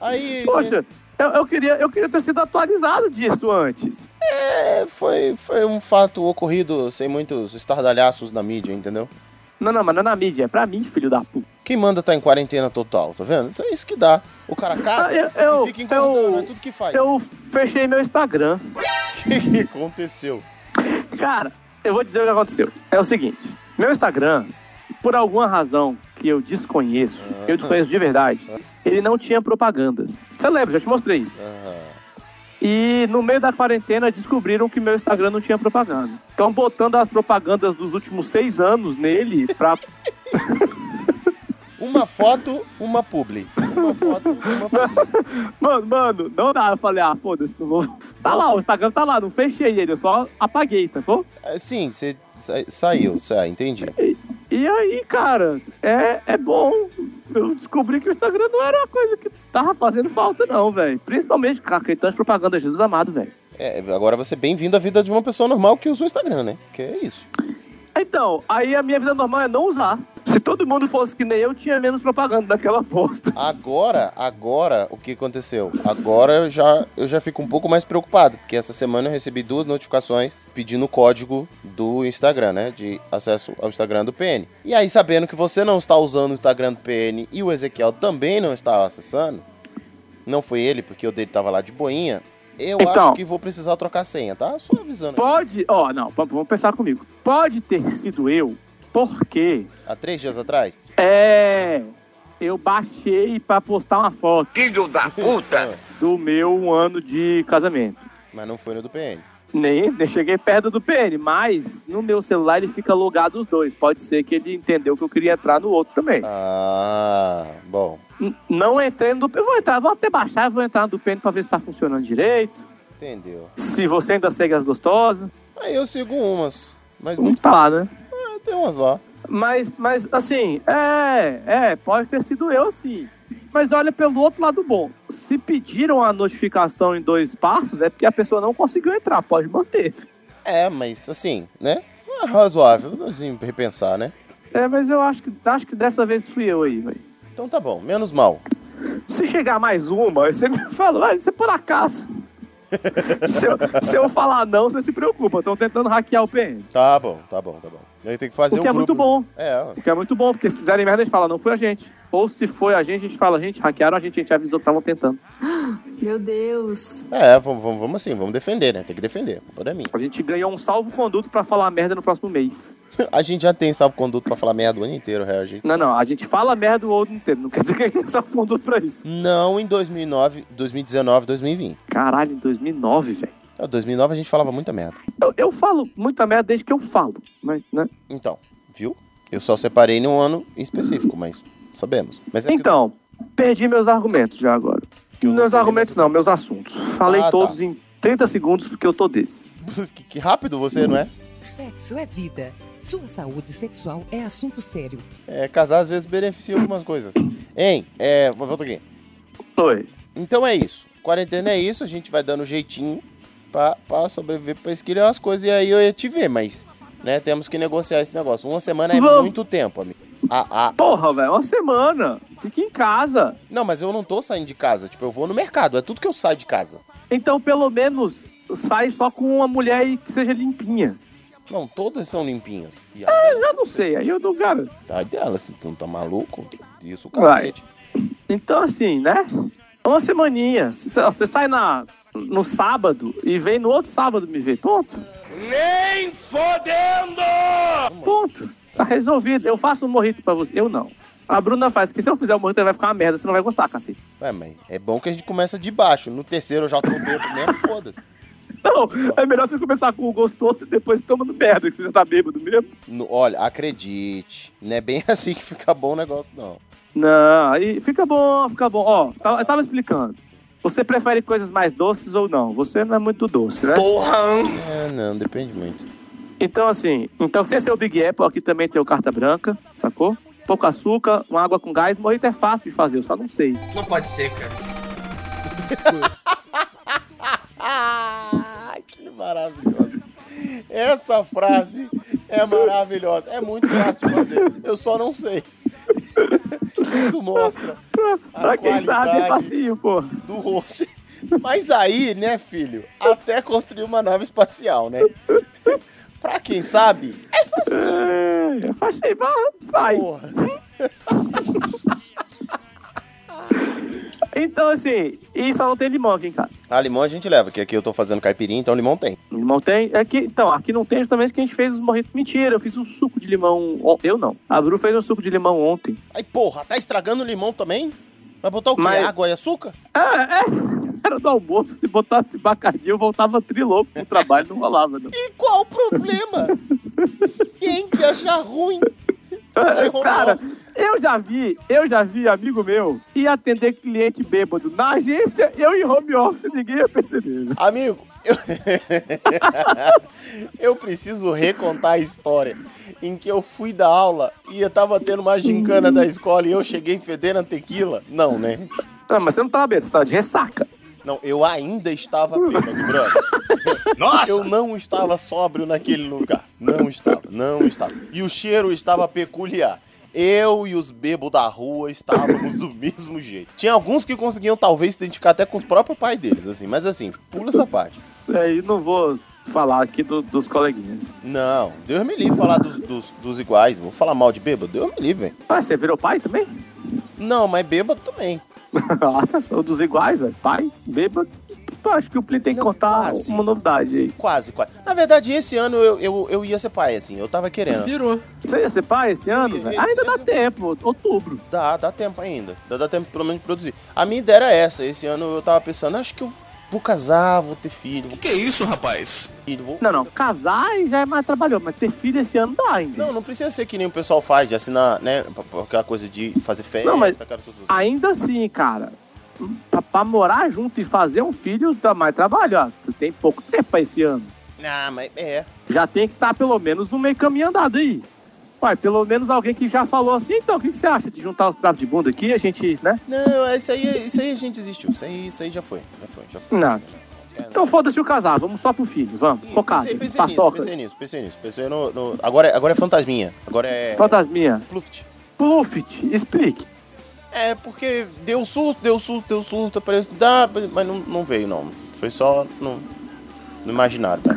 B: Aí.
A: Poxa, eu, eu queria, eu queria ter sido atualizado disso antes.
B: É, foi, foi um fato ocorrido sem muitos estardalhaços na mídia, entendeu?
A: Não, não, mas não é na mídia, é pra mim, filho da puta.
B: Quem manda tá em quarentena total, tá vendo? Isso é isso que dá. O cara casa
A: Ah, eu- eu-
B: e fica incomodando,
A: eu-
B: é tudo que faz.
A: Eu fechei meu Instagram.
B: O que, que aconteceu?
A: Cara, eu vou dizer o que aconteceu. É o seguinte, meu Instagram, por alguma razão que eu desconheço, eu desconheço de verdade, ele não tinha propagandas. Você lembra, já te mostrei isso.
B: Ah,
A: E no meio da quarentena descobriram que meu Instagram não tinha propaganda. Estão botando as propagandas dos últimos seis anos nele pra.
B: uma foto, uma publi. Uma foto, uma publi.
A: Mano, mano, não dá. Eu falei, ah, foda-se, não vou. Tá lá, o Instagram tá lá, não fechei ele, eu só apaguei, sacou?
B: É, Sim, você sa- saiu, sai, entendi.
A: E aí, cara, é, é bom. Eu descobri que o Instagram não era uma coisa que tava fazendo falta, não, velho. Principalmente, cara, questão de propaganda, Jesus amado, velho.
B: É, agora você é bem-vindo à vida de uma pessoa normal que usa o Instagram, né? Que é isso.
A: Então, aí a minha vida normal é não usar. Se todo mundo fosse que nem eu, tinha menos propaganda daquela posta.
B: Agora, agora, o que aconteceu? Agora eu já, eu já fico um pouco mais preocupado, porque essa semana eu recebi duas notificações pedindo o código do Instagram, né? De acesso ao Instagram do PN. E aí, sabendo que você não está usando o Instagram do PN e o Ezequiel também não está acessando, não foi ele, porque o dele tava lá de boinha, eu
A: Então.
B: acho que vou precisar trocar a senha, tá? Só avisando. aí.
A: Pode. Ó, não, p- vamos pensar comigo. Pode ter sido eu, porque.
B: Há três dias atrás?
A: É. Eu baixei pra postar uma foto
E: Filho da
K: Tá.
E: puta!
A: do meu ano de casamento.
B: Mas não foi no do PN.
A: Nem, nem cheguei perto do PN, mas no meu celular ele fica logado os dois. Pode ser que ele entendeu que eu queria entrar no outro também.
B: Ah, bom.
A: N- Não entrei no do PN. Eu vou entrar, vou até baixar, vou entrar no do PN pra ver se tá funcionando direito.
B: Entendeu.
A: Se você ainda segue as gostosas,
B: Aí eu sigo umas, mas
A: não
B: muito
A: tá lá, né?
B: tem umas lá.
A: Mas, mas assim, é, é, pode ter sido eu, sim. Mas olha pelo outro lado bom. Se pediram a notificação em dois passos, é porque a pessoa não conseguiu entrar, pode manter.
B: É, mas assim, né? É razoável, assim, repensar, né?
A: É, mas eu acho que, acho que dessa vez fui eu aí, velho.
B: Então tá bom, menos mal.
A: Se chegar mais uma, você me fala, ah, isso é por acaso. se, eu, se eu falar não, você se preocupa. Estão tentando hackear o PN.
B: Tá bom, tá bom, tá bom. Aí tem que fazer
A: O que
B: um
A: é muito
B: grupo-
A: bom.
B: É, ó.
A: O que é muito bom, porque se fizerem merda, a gente fala, não foi a gente. Ou se foi a gente, a gente fala, gente, hackearam a gente, a gente avisou que estavam tentando.
N: Meu Deus.
B: É, vamos, vamos, vamos assim, vamos defender, né? Tem que defender, por mim.
A: A gente ganhou um salvo-conduto pra falar merda no próximo mês.
B: A gente já tem salvo-conduto pra falar merda o ano inteiro, real, gente.
A: Não, não, a gente fala merda o outro inteiro. Não quer dizer que a gente tem salvo-conduto pra isso.
B: Não em 2009, 2019, 2020.
A: Caralho, em 2009, velho.
B: Em 2009 a gente falava muita merda.
A: Eu, eu falo muita merda desde que eu falo, mas, né?
B: Então, viu? Eu só separei num ano em específico, mas sabemos. Mas é que-
A: Então, perdi meus argumentos já agora. Meus argumentos não, meus assuntos. Falei
B: Ah, tá.
A: todos em 30 segundos porque eu tô desses.
B: que, que rápido você, não é?
O: Sexo é vida. Sua saúde sexual é assunto sério.
B: É, casar às vezes beneficia algumas coisas. Hein, é, vo- volta aqui.
A: Oi.
B: Então é isso. Quarentena é isso, a gente vai dando um jeitinho pra, pra sobreviver, pra esquilhar as coisas e aí eu ia te ver, mas, né, temos que negociar esse negócio. Uma semana é
A: Vamos.
B: muito tempo, amigo. Ah, A, a...
A: Porra, velho, uma semana. Fica em casa.
B: Não, mas eu não tô saindo de casa. Tipo, eu vou no mercado. É tudo que eu saio de casa.
A: Então, pelo menos, sai só com uma mulher aí que seja limpinha.
B: Não, todas são limpinhas. E aí,
A: É, eu já não sei, aí eu não garanto.
B: Ai dela, se tu não tá maluco, isso o
A: Vai.
B: cacete.
A: Então, assim, né? Uma semaninha. Se- se- Você sai na, no sábado e vem no outro sábado me ver. Ponto.
E: Nem fodendo!
A: Ponto. Tá resolvido. Eu faço um morrito pra você. Eu não. A Bruna faz, porque se eu fizer um morrito, vai ficar uma merda. Você não vai gostar, cacete.
B: Ué, mas é bom que a gente começa de baixo. No terceiro eu já tô bêbado mesmo, foda-se.
A: Não, é melhor você começar com o gostoso e depois toma no merda, que você já tá bêbado mesmo.
B: No- olha, acredite, não é bem assim que fica bom o negócio, não.
A: Não, aí fica bom, fica bom. Ó, tá- eu tava explicando. Você prefere coisas mais doces ou não? Você não é muito doce, né?
B: É, não, depende muito.
A: Então, assim, então sem ser o Big Apple, aqui também tem o Carta Branca, sacou? Pouco açúcar, uma água com gás, morrito é fácil de fazer, eu só não sei.
E: Não pode ser, cara.
B: Ai, Ah, que maravilhosa. Essa frase é maravilhosa. É muito fácil de fazer. Eu só não sei. Isso mostra. a
A: pra quem sabe, é
B: qualidade
A: facinho, pô.
B: Do rosto. Mas aí, né, filho? Até construir uma nave espacial, né? Pra quem sabe, é
A: facinho. É facinho, faz. Então, assim, e só não tem limão aqui em casa.
B: Ah, limão a gente leva, que aqui eu tô fazendo caipirinha, então limão tem.
A: Limão tem. Aqui, então, aqui não tem justamente que a gente fez os morritos. Mentira, eu fiz um suco de limão. on- Eu não. A Bru fez um suco de limão ontem.
B: Aí, porra, tá estragando o limão também? Vai botar o quê?
A: Mas-
B: Água e açúcar?
A: Ah, é. Era do almoço, se botasse bacardi, eu voltava trilouco pro trabalho, não rolava, não.
B: E qual o problema? Quem que acha ruim?
A: É, Cara, eu já vi, eu já vi amigo meu ir atender cliente bêbado na agência, eu em home office, ninguém ia perceber.
B: Amigo, eu preciso recontar a história em que eu fui da aula e eu tava tendo uma gincana da escola e eu cheguei fedendo a tequila. Não, né?
A: Não, mas você não tava bêbado, você tava de ressaca.
B: Não, eu ainda estava bêbado, brother. Nossa! Eu não estava sóbrio naquele lugar. Não estava, não estava. E o cheiro estava peculiar. Eu e os bebos da rua estávamos do mesmo jeito. Tinha alguns que conseguiam talvez se identificar até com o próprio pai deles, assim. Mas assim, pula essa parte.
A: Aí É, não vou falar aqui do- dos coleguinhas.
B: Não, Deus me livre falar dos, dos, dos iguais, vou falar mal de bêbado, Deus me livre, velho.
A: Ah, você virou pai também?
B: Não, mas bêbado também.
A: Ah, tá, são dos iguais, velho. Pai, bêbado. Pô, Acho que o Plin tem que contar uma novidade aí.
B: Quase, quase. Na verdade, esse ano eu, eu, eu ia ser pai, assim, eu tava querendo.
A: Você ia ser pai esse ano, velho? Ainda dá tempo, outubro.
B: Dá, dá tempo ainda. Dá, dá tempo pelo menos de produzir. A minha ideia era essa. Esse ano eu tava pensando, "Ah, acho que eu vou casar, vou ter filho. O que é isso, rapaz? Filho, vou...
A: Não, não. Casar e já é mais trabalhoso, mas ter filho esse ano dá ainda.
B: Não, não precisa ser que nem o pessoal faz, de assinar, né? p- p- Aquela coisa de fazer festa,
A: Não, mas-
B: aquela coisa.
A: Ainda assim, cara, pra, pra morar junto e fazer um filho dá mais trabalho, ó. Tu tem pouco tempo pra esse ano.
B: Ah, mas é.
A: tá Já tem que estar pelo menos no meio caminho andado aí. Ué, pelo menos alguém que já falou assim, então, o que, que você acha de juntar os trapos de bunda aqui? A gente, né?
B: Não, isso aí, isso aí a gente desistiu. Isso aí, isso aí já foi. Já foi, já foi.
A: Não. Então foda-se o casar, vamos só pro filho, vamos. Focado, tá
B: Pensei, pensei nisso,
A: paçoca.
B: pensei nisso, pensei nisso. Pensei no, no- agora, é- agora é fantasminha. Agora é.
A: Fantasminha.
B: Pluft.
A: Pluft, explique.
B: É, porque deu susto, deu susto, deu susto, apareceu. Dá, mas não, não veio, não. Foi só. Não, não imaginaram, tá?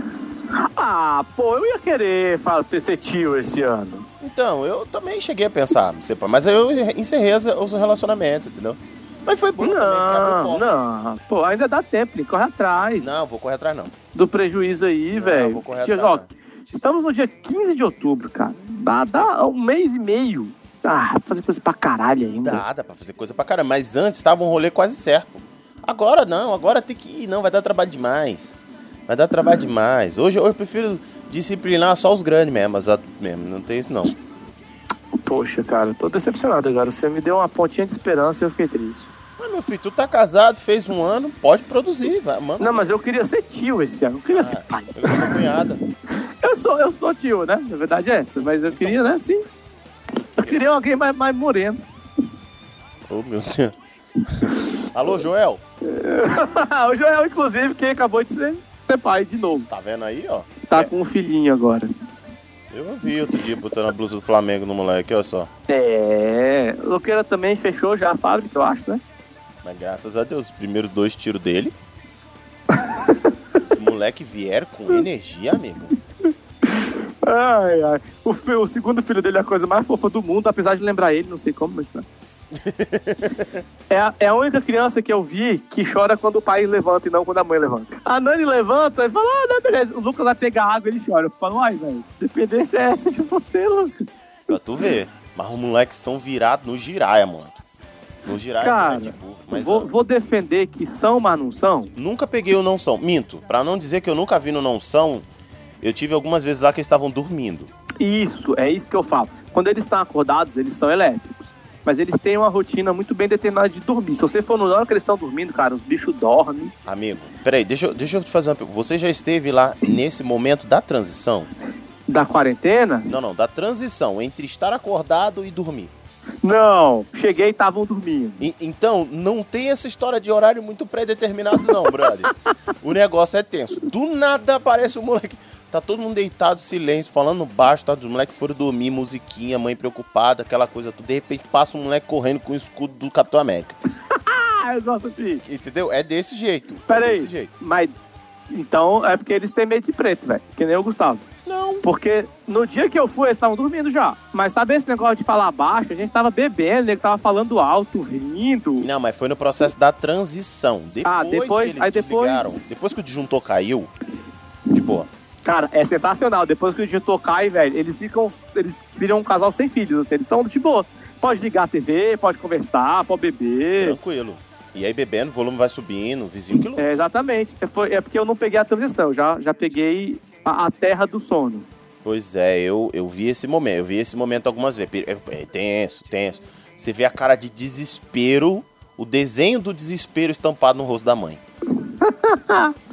A: Ah, pô, eu ia querer fa- ter ser tio esse ano.
B: Então, eu também cheguei a pensar, você pá, mas aí eu encerrei as- os relacionamentos, entendeu? Mas foi bom
A: não,
B: também, porque abriu portas.
A: Não, pô, ainda dá tempo, ele corre atrás.
B: Não, vou correr atrás, não.
A: Do prejuízo aí, velho.
B: vou né? correr
A: Dia-
B: atrás,
A: ó,
B: não.
A: Estamos no dia 15 de outubro, cara. Dá, dá um mês e meio. Ah, pra fazer coisa pra caralho ainda.
B: Dá, dá pra fazer coisa pra caramba. Mas antes tava um rolê quase certo. Agora não, agora tem que ir, não, vai dar trabalho demais. Vai dar trabalho demais. Hoje, hoje eu prefiro disciplinar só os grandes mesmo, os adultos mesmo. Não tem isso não.
A: Poxa, cara, tô decepcionado agora. Você me deu uma pontinha de esperança e eu fiquei triste.
B: Mas meu filho, tu tá casado, fez um ano, pode produzir, vai, manda.
A: Não, mas eu queria ser tio esse ano, eu queria ser pai.
B: Eu sou cunhada.
A: Eu sou, eu sou tio, né? Na verdade é essa, mas eu queria, né? Sim. Eu queria alguém mais, mais moreno.
B: Oh, meu Deus. Alô, Joel?
A: o Joel, inclusive, que acabou de ser, ser pai de novo.
B: Tá vendo aí, ó?
A: Tá com um filhinho agora.
B: Eu vi outro dia botando a blusa do Flamengo no moleque, olha só.
A: É. Luqueira também fechou já a fábrica, eu acho, né?
B: Mas graças a Deus, os primeiros dois tiros dele. os moleque vieram com energia, amigo.
A: Ai, ai. O, fi- o segundo filho dele é a coisa mais fofa do mundo, apesar de lembrar ele, não sei como, mas. né? É, a- é a única criança que eu vi que chora quando o pai levanta e não quando a mãe levanta. A Nani levanta e fala, ah, não, beleza. O Lucas vai pegar água e ele chora. Eu falo, ai, velho, dependência é essa de você, Lucas.
B: Pra tu ver. Mas os moleques são virados no giraia, mano. No giraia
A: Cara,
B: é de burro. Mas
A: vou, vou defender que são, mas não são.
B: nunca peguei o não são. Minto. Pra não dizer que eu nunca vi no não são, eu tive algumas vezes lá que eles estavam dormindo.
A: Isso, é isso que eu falo. Quando eles estão acordados, eles são elétricos. Mas eles têm uma rotina muito bem determinada de dormir. Se você for no hora que eles estão dormindo, cara, os bichos dormem.
B: Amigo, peraí, deixa, eu- deixa eu te fazer uma pergunta. Você já esteve lá nesse momento da transição?
A: Da quarentena?
B: Não, não, da transição entre estar acordado e dormir.
A: Não, cheguei e estavam dormindo.
B: E- então, não tem essa história de horário muito pré-determinado, não, brother. o negócio é tenso. Do nada aparece o moleque. Tá todo mundo deitado, silêncio, falando baixo, tá? Os moleques foram dormir, musiquinha, mãe preocupada, aquela coisa tudo. De repente passa um moleque correndo com o escudo do Capitão América.
A: Ah, eu gosto assim.
B: Entendeu? É desse jeito.
A: Pera
B: é
A: aí,
B: desse jeito.
A: mas então é porque eles têm medo de preto, velho. Que nem o Gustavo.
B: Não.
A: Porque no dia que eu fui, eles estavam dormindo já. Mas sabe esse negócio de falar baixo? A gente tava bebendo, ele tava falando alto, rindo.
B: Não, mas foi no processo da transição. Depois
A: Ah, depois-
B: que eles
A: aí depois-
B: desligaram, depois que o disjuntor caiu, de boa.
A: Cara, é sensacional. Depois que o digitor cai, velho, eles ficam. Eles viram um casal sem filhos, assim, eles estão de boa. Pode ligar a TV, pode conversar, pode beber.
B: Tranquilo. E aí bebendo, o volume vai subindo, o vizinho que louco.
A: É, exatamente. É, foi- é porque eu não peguei a transição, eu já, já peguei a, a terra do sono.
B: Pois é, eu, eu vi esse momento, eu vi esse momento algumas vezes. É, é tenso, tenso. Você vê a cara de desespero, o desenho do desespero estampado no rosto da mãe.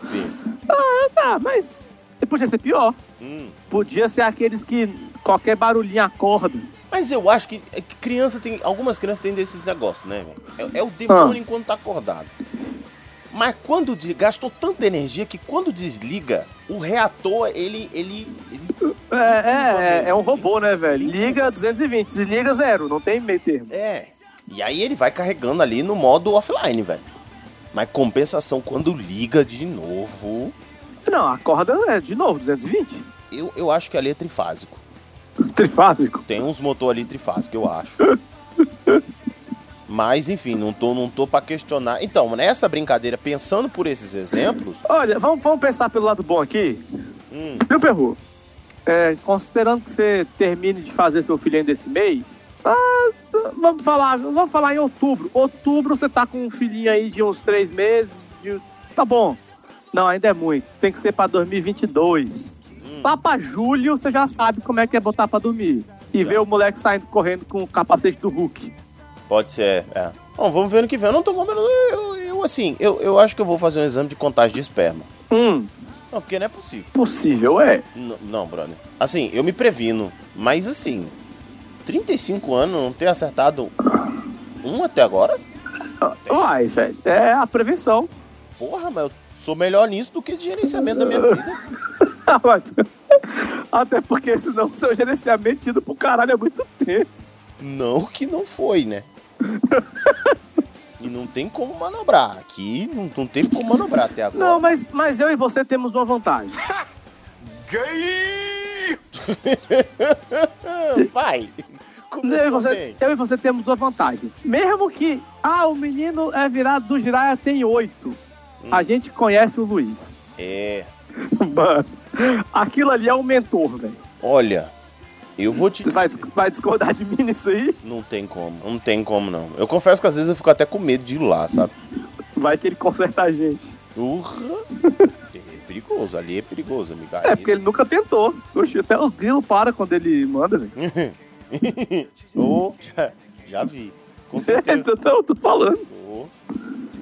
B: Vê.
A: Ah, tá, mas. Podia ser pior.
B: Hum.
A: Podia ser aqueles que qualquer barulhinho acorda.
B: Mas eu acho que é que criança tem. Algumas crianças têm desses negócios, né, velho? É, é o demônio
A: Ah.
B: enquanto tá acordado. Mas quando de- gastou tanta energia que quando desliga, o reator, ele. ele, ele
A: É, é, é, é um robô, né, velho? Liga 220, desliga zero, não tem meio termo.
B: é. E aí ele vai carregando ali no modo offline, velho. Mas compensação, quando liga de novo.
A: Não, acorda é, de novo, 220.
B: Eu, eu acho que ali é trifásico.
A: Trifásico.
B: Tem uns motor ali trifásico, eu acho. Mas enfim, não tô, não tô pra questionar. Então, nessa brincadeira, pensando por esses exemplos.
A: Olha, vamos, vamos pensar pelo lado bom aqui.
B: Hum,
A: Viu, Perru? É, considerando que você termine de fazer seu filho ainda esse mês, ah, vamos falar, vamos falar em outubro. Outubro você tá com um filhinho aí de uns três meses. de- Tá bom. Não, ainda é muito. Tem que ser pra 2022. Lá pra julho você já sabe como é que é botar pra dormir. E ver o moleque saindo correndo com o capacete do Hulk.
B: pode ser. É. Bom, vamos ver no que vem. Eu não tô comprando. Eu, eu, assim, eu, eu acho que eu vou fazer um exame de contagem de esperma.
A: Hum,
B: É Não, porque não é possível.
A: Possível, é.
B: N- não, brother. Assim, eu me previno, mas assim, 35 anos não ter acertado um até agora?
A: Uai, isso é, é a prevenção.
B: Porra, mas eu sou melhor nisso do que de gerenciamento da minha vida.
A: Ah, Até porque senão seu gerenciamento tido pro caralho há muito tempo.
B: Não que não foi, né? e não tem como manobrar. Aqui não, não teve como manobrar até agora.
A: Não, mas, mas eu e você temos uma vantagem.
B: Gay! É, Vai!
A: Eu e,
B: Começou
A: você,
B: bem.
A: eu e você temos uma vantagem. Mesmo que, ah, o menino é virado do Jiraya tem oito. A gente conhece o Luiz.
B: É.
A: Mano, aquilo ali é um mentor, velho.
B: Olha, eu vou te.
A: Vai, dis- vai discordar de mim nisso aí?
B: Não tem como. Não tem como, não. Eu confesso que às vezes eu fico até com medo de ir lá, sabe?
A: Vai que ele conserta a gente.
B: Urra! É perigoso, ali é perigoso, amiga.
A: É, porque ele nunca tentou. Oxe, até os grilos param quando ele manda, velho.
B: Oh, já, já vi. Com
A: É,
B: certeza.
A: então eu tô falando.
B: Oh,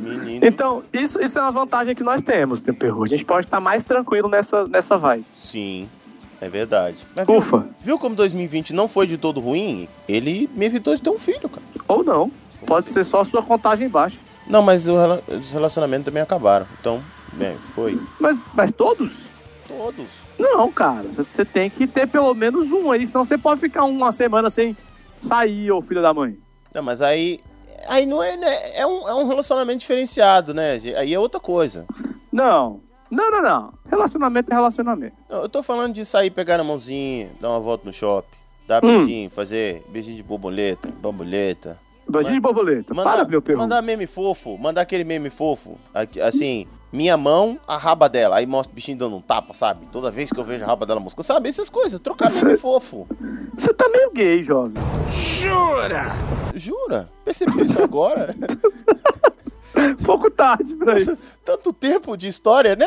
B: menino.
A: Então, isso, isso é uma vantagem que nós temos, Peperro. A gente pode estar mais tranquilo nessa, nessa vibe.
B: Sim, é verdade. Mas
A: Ufa.
B: Viu, viu como 2020 não foi de todo ruim? Ele me evitou de ter um filho, cara.
A: Ou não. Pode ser só a sua contagem baixa.
B: Não, mas o rela- os relacionamentos também acabaram. Então, bem, foi.
A: Mas, mas todos?
B: Todos.
A: Não, cara. Você tem que ter pelo menos um aí, senão você pode ficar uma semana sem sair, ô filho da mãe.
B: Não, mas aí. Aí não é. né? É, um, é um relacionamento diferenciado, né? gente? Aí é outra coisa.
A: Não. Não, não, não. Relacionamento é relacionamento.
B: Não, eu tô falando de sair, pegar na mãozinha, dar uma volta no shopping, dar
A: Hum.
B: beijinho, fazer beijinho de borboleta, borboleta.
A: Beijinho de borboleta. Então Para, meu perro.
B: Mandar meme fofo, mandar aquele meme fofo, aqui- assim, minha mão, a raba dela, aí mostra o bichinho dando um tapa, sabe? Toda vez que eu vejo a raba dela música, sabe? Essas coisas, trocar meme fofo.
A: Você tá meio gay, jovem.
G: Jura?
B: Jura? Percebi isso agora?
A: Pouco tarde pra isso.
B: Tanto tempo de história, né?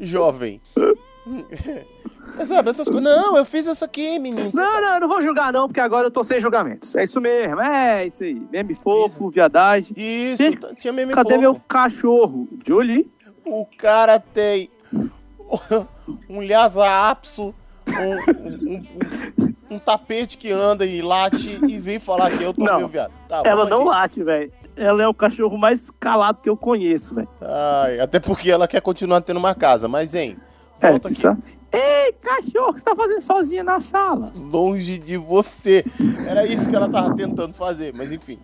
B: Jovem. Mas, sabe, essas coisas. Não, eu fiz isso aqui, menino.
A: Não, não, eu não vou julgar não, porque agora eu tô sem julgamentos. É isso mesmo, é isso aí. Meme fofo, viadagem.
B: Isso,
A: Gente,
B: t- tinha meme
A: Cadê
B: fofo.
A: meu cachorro? Julie?
B: O cara tem um lhasa apso, um, um- um- um tapete que anda e late e vem falar que eu tô
A: Não,
B: meu viado. Tá,
A: Ela
B: vamos
A: não
B: aqui.
A: late, velho. Ela é o cachorro mais calado que eu conheço, velho.
B: Ai, até porque ela quer continuar tendo uma casa, mas hein,
A: É,
B: volta
A: tu
B: aqui.
A: sabe? Ei, cachorro, o que você tá fazendo sozinha na sala?
B: Longe de você. Era isso que ela tava tentando fazer, mas enfim.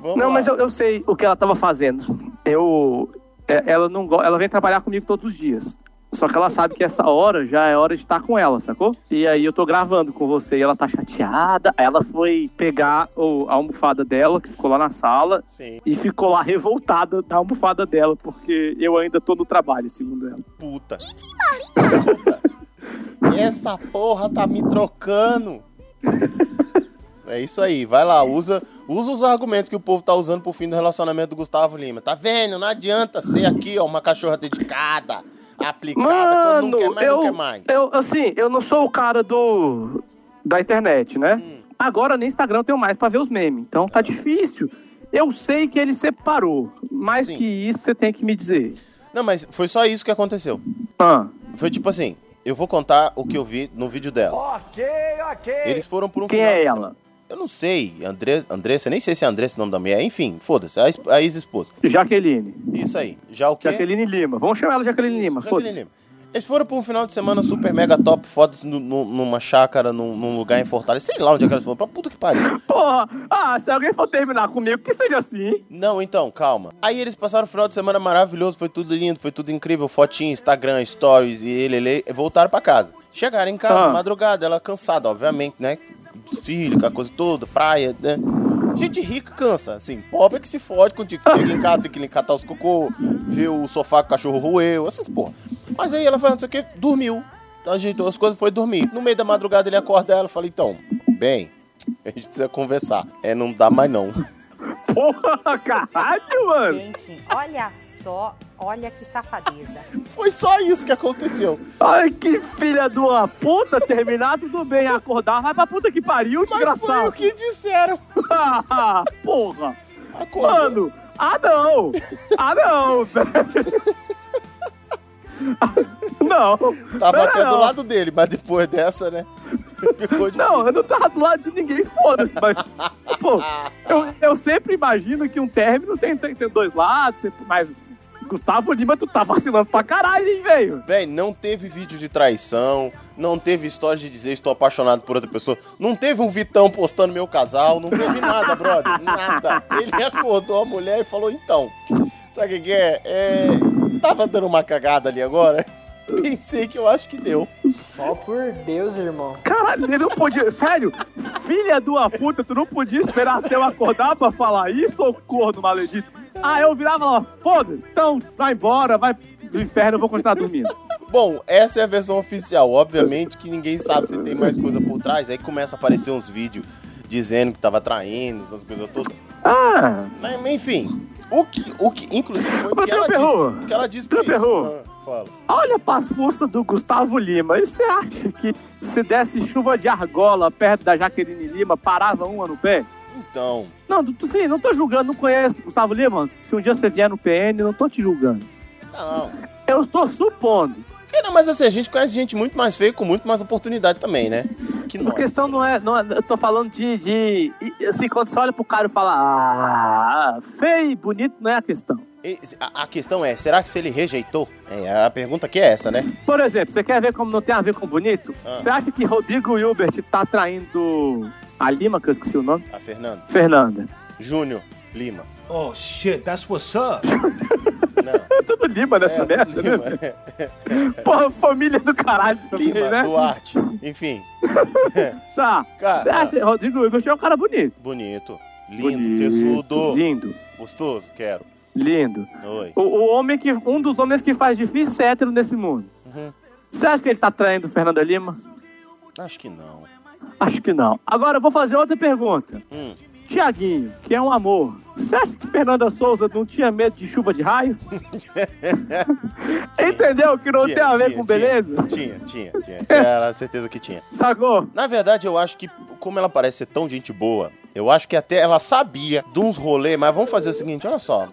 B: Vamos
A: não,
B: lá.
A: mas eu, eu sei o que ela tava fazendo. Eu. é- Ela não go- Ela vem trabalhar comigo todos os dias. Só que ela sabe que essa hora já é hora de estar com ela, sacou? E aí eu tô gravando com você e ela tá chateada. Aí Ela foi pegar o- a almofada dela, que ficou lá na sala,
B: Sim.
A: e ficou lá revoltada da almofada dela, porque eu ainda tô no trabalho, segundo ela.
B: Puta. Puta. Essa porra tá me trocando. É isso aí, vai lá, usa, usa os argumentos que o povo tá usando pro fim do relacionamento do Gustavo Lima. Tá vendo? Não adianta ser aqui, ó, uma cachorra dedicada, aplicada, quando então não quer mais, não quer mais.
A: eu, assim, eu não sou o cara do da internet, né?
B: Hum.
A: Agora nem Instagram eu tenho mais pra ver os memes, então
B: É.
A: tá difícil. Eu sei que ele separou, mais
B: Sim.
A: que isso você tem que me dizer.
B: Não, mas foi só isso que aconteceu.
A: Ah,
B: Foi tipo assim, eu vou contar o que eu vi no vídeo dela.
G: Ok, ok.
B: Eles foram por um
A: quem é
B: final de
A: ela?
B: semana. Eu não sei, Andre, Andressa, nem sei se é Andressa o nome da mulher, enfim, foda-se, a, ex- a ex-esposa.
A: Jaqueline.
B: Isso aí, já o quê?
A: Jaqueline Lima. Vamos chamar ela Jaqueline Lima,
B: Jaqueline
A: é foda-se.
B: Lima. Eles foram pra um final de semana super mega top, foda-se, nu- nu- numa chácara, num, num lugar em Fortaleza. Sei lá onde é que elas foram, pra puta que pariu.
A: Porra, ah, se alguém for terminar comigo, que seja assim.
B: Não, então, calma. Aí eles passaram o final de semana maravilhoso, foi tudo lindo, foi tudo incrível. Fotinho, Instagram, stories e ele, ele e voltaram pra casa. Chegaram em casa,
A: Ah.
B: madrugada, ela cansada, obviamente, né? Dos filhos, com a coisa toda, praia, né? Gente rica cansa, assim. Pobre que se fode quando chega em casa, tem que catar os cocô, ver o sofá que o cachorro roeu, essas porra. Mas aí ela fala, não sei o que, dormiu. Então ajeitou as coisas e foi dormir. No meio da madrugada ele acorda ela e fala, então, bem, a gente precisa conversar. É, não dá mais não.
A: Porra, caralho, mano.
P: Gente, olha só, olha que safadeza.
B: Foi só isso que aconteceu.
A: Ai, que filha de uma puta, terminar tudo bem, acordar, vai pra puta que pariu,
B: Mas foi o
A: desgraçado.
B: que disseram.
A: Ah, porra.
B: Acordou.
A: Mano, ah não! Ah não! velho. Não.
B: Tava
A: Não.
B: até do lado dele, mas depois dessa, né?
A: Não, eu não tava do lado de ninguém, foda-se, mas. Pô, eu, eu sempre imagino que um término tem, tem, tem dois lados, sempre- mas. Gustavo Lima, tu tá vacilando pra caralho, hein, velho?
B: Véi, não teve vídeo de traição, não teve história de dizer estou apaixonado por outra pessoa, não teve um Vitão postando meu casal, não teve nada, brother, nada. Ele acordou a mulher e falou, então, sabe o que que é? É, Tava dando uma cagada ali agora, pensei que eu acho que deu.
Q: Só por Deus, irmão.
A: Caralho, ele não podia. Sério, filha de uma puta, tu não podia esperar até eu acordar pra falar isso, ô corno maledito. Ah, eu virava e falava, foda-se, então vai embora, vai do inferno, eu vou continuar dormindo.
B: Bom, essa é a versão oficial. Obviamente que ninguém sabe se tem mais coisa por trás. Aí começa a aparecer uns vídeos dizendo que tava traindo, essas coisas todas.
A: Ah!
B: Mas, enfim, o que, o que inclusive, foi o que ela
A: Perru,
B: disse. o que ela disse
A: Pedro
B: isso.
A: Perru.
B: Ah, fala.
A: Olha a pasfuça do Gustavo Lima. E você acha que se desse chuva de argola perto da Jaqueline Lima, parava uma no pé?
B: Então,
A: Não, tu- sim, não tô julgando, não conheço o Gustavo Lima. Se um dia você vier no PN, não tô te julgando.
B: não.
A: Eu estou supondo.
B: É, não, mas assim, a gente conhece gente muito mais feia com muito mais oportunidade também, né? Que
A: A
B: nós.
A: questão não é, não é- Eu tô falando de. de e, assim, quando você olha pro cara e fala, ah, feio e bonito não é a questão.
B: E A, a questão é, será que se ele rejeitou? É, a pergunta aqui é essa, né?
A: Por exemplo, você quer ver como não tem a ver com bonito?
B: Ah.
A: Você acha que Rodrigo Hilbert tá traindo a Lima, que eu esqueci o nome?
B: A Fernanda.
A: Fernanda.
B: Júnior Lima.
R: Oh shit, that's what's up.
A: É tudo Lima nessa merda, né? Porra, família do caralho também,
B: é. Lima,
A: né?
B: Duarte. Enfim,
A: Tá. Você acha, Rodrigo Hilbert é um cara bonito.
B: bonito, lindo, tesudo.
A: Lindo.
B: Gostoso, quero.
A: Lindo.
B: Oi.
A: O, o homem que. Um dos homens que faz difícil ser hétero nesse mundo.
B: Uhum.
A: Você acha que ele tá traindo o Fernanda Lima?
B: Acho que não.
A: Acho que não. Agora eu vou fazer outra pergunta.
B: Hum.
A: Tiaguinho, que é um amor, você acha que Fernanda Souza não tinha medo de chuva de raio? Entendeu? Que não
B: Tinha,
A: tem a ver
B: tinha,
A: com beleza?
B: Tinha, tinha, tinha. Era certeza que tinha.
A: Sacou?
B: Na verdade, eu acho que, como ela parece ser tão gente boa, eu acho que até ela sabia de uns rolês, mas vamos fazer o seguinte, olha só.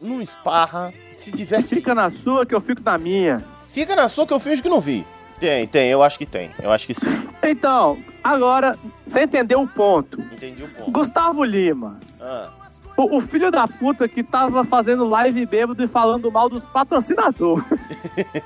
B: Não esparra, se diverte.
A: Fica na sua que eu fico na minha.
B: Fica na sua que eu finjo que não vi. Tem, tem, eu acho que tem. Eu acho que sim.
A: Então, agora, você entendeu o ponto.
B: Entendi o ponto.
A: Gustavo Lima,
B: Ah,
A: o, o filho da puta que tava fazendo live bêbado e falando mal dos patrocinadores.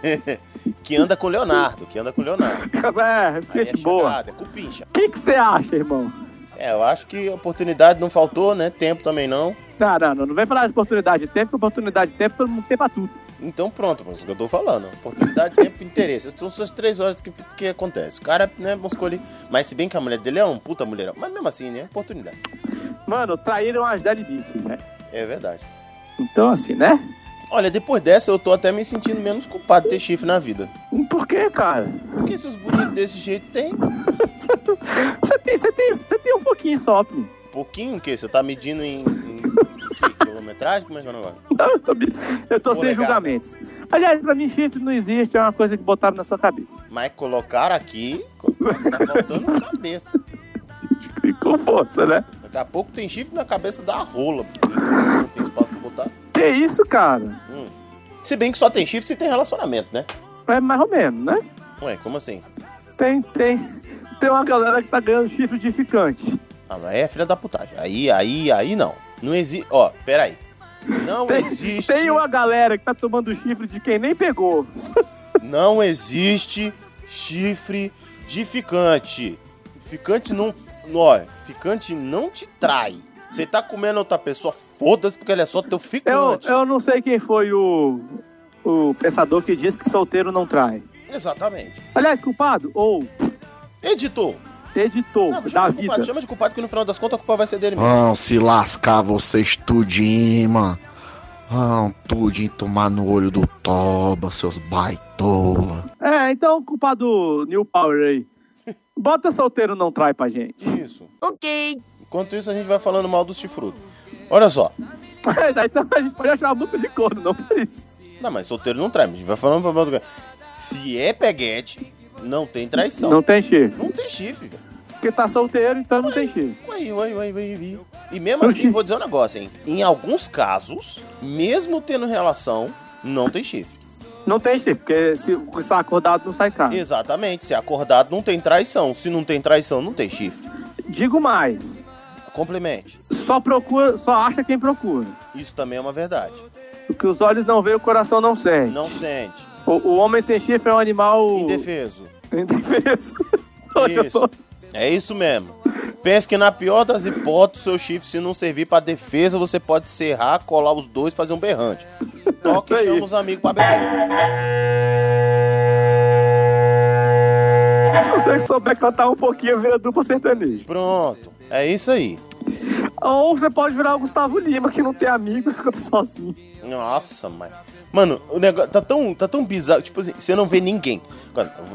B: que anda com o Leonardo, que anda com o Leonardo.
A: é,
B: Aí é
A: gente boa.
B: chegada, é cupincha.
A: O que que você acha, irmão?
B: É, eu acho que oportunidade não faltou, né? Tempo também não.
A: Não, não, não, não vem falar de oportunidade de tempo, que oportunidade de tempo, todo mundo tem pra tudo.
B: Então pronto, mas é o que eu tô falando. Oportunidade, tempo e interesse. São essas três horas que, que acontece. O cara, né, buscou ali. Mas se bem que a mulher dele é um puta mulherão. Mas mesmo assim, né? Oportunidade.
A: Mano, traíram as Dead Beats, velho.
B: É verdade.
A: Então, assim, né?
B: Olha, depois dessa eu tô até me sentindo menos culpado de ter chifre na vida.
A: Por quê, Um cara?
B: Porque se os bonitos desse jeito tem. um
A: Você tem, você tem, você tem um pouquinho só, Pim.
B: Pouquinho o quê? Você tá medindo em. em que? Quilometragem? Como é que é o negócio?
A: Não, eu tô, me- eu tô sem
B: Molecada.
A: julgamentos. Aliás, pra mim, chifre não existe, é uma coisa que botaram na sua cabeça.
B: Mas colocar aqui. Tá faltando cabeça.
A: E com força, né?
B: Daqui a pouco tem chifre na cabeça da rola. porque Não tem espaço pra botar.
A: Que isso, cara?
B: Hum. Se bem que só tem chifre se tem relacionamento, né?
A: É mais ou menos, né?
B: Ué, como assim?
A: Tem, tem. Tem uma galera que tá ganhando chifre de ficante.
B: Ah, mas é filha da putagem. Aí, aí, aí não. Não existe. Ó, peraí. Não existe.
A: Tem uma galera que tá tomando chifre de quem nem pegou.
B: Não existe chifre de ficante. Ficante não. Ó, ficante não te trai. Você tá comendo outra pessoa, foda-se, porque ele é só teu
A: Eu,
B: ficante.
A: eu não sei quem foi o, o pensador que disse que solteiro não trai.
B: Exatamente.
A: Aliás, culpado, ou
B: Editor.
A: editor
B: Não,
A: da
B: chama de
A: vida.
B: culpado, chama de culpado, que no final das contas a culpa vai ser dele mesmo.
S: Vão se lascar vocês tudinho, mano. Vão tudinho tomar no olho do toba, seus baitola.
A: É, então, culpado New Power aí. Bota solteiro não trai pra gente.
B: Isso.
A: Ok.
B: Enquanto isso, a gente vai falando mal do chifrudo. Olha só.
A: então a gente pode achar uma música de corno, não por isso.
B: Não, mas solteiro não trai. mas A gente vai falando pra outra coisa. Se é peguete, não tem traição.
A: Não tem chifre.
B: Não tem chifre, velho.
A: Porque tá solteiro, então não tem chifre.
B: Ué, ué, ué, ué, ué. E mesmo assim, vou dizer um negócio, hein? Em alguns casos, mesmo tendo relação, não tem chifre.
A: Não tem chifre, porque se está acordado não sai carne.
B: Exatamente, se é acordado não tem traição. Se não tem traição, não tem chifre.
A: Digo mais.
B: Complemente.
A: Só procura, só acha quem procura.
B: Isso também é uma verdade.
A: O que os olhos não veem, o coração não sente.
B: Não sente.
A: O, o homem sem chifre é um animal.
B: Indefeso.
A: Indefeso.
B: Isso. É isso mesmo. Pense que na pior das hipóteses, seu chifre, se não servir pra defesa, você pode serrar, colar os dois e fazer um berrante. Toca e chama os amigos pra beber.
A: Se você souber cantar um pouquinho, vira dupla sertaneja.
B: Pronto. É isso aí.
A: Ou você pode virar o Gustavo Lima, que não tem amigo e canta sozinho.
B: Nossa, mas. Mano, o negócio tá tão, tá tão bizarro. Tipo assim, você não vê ninguém.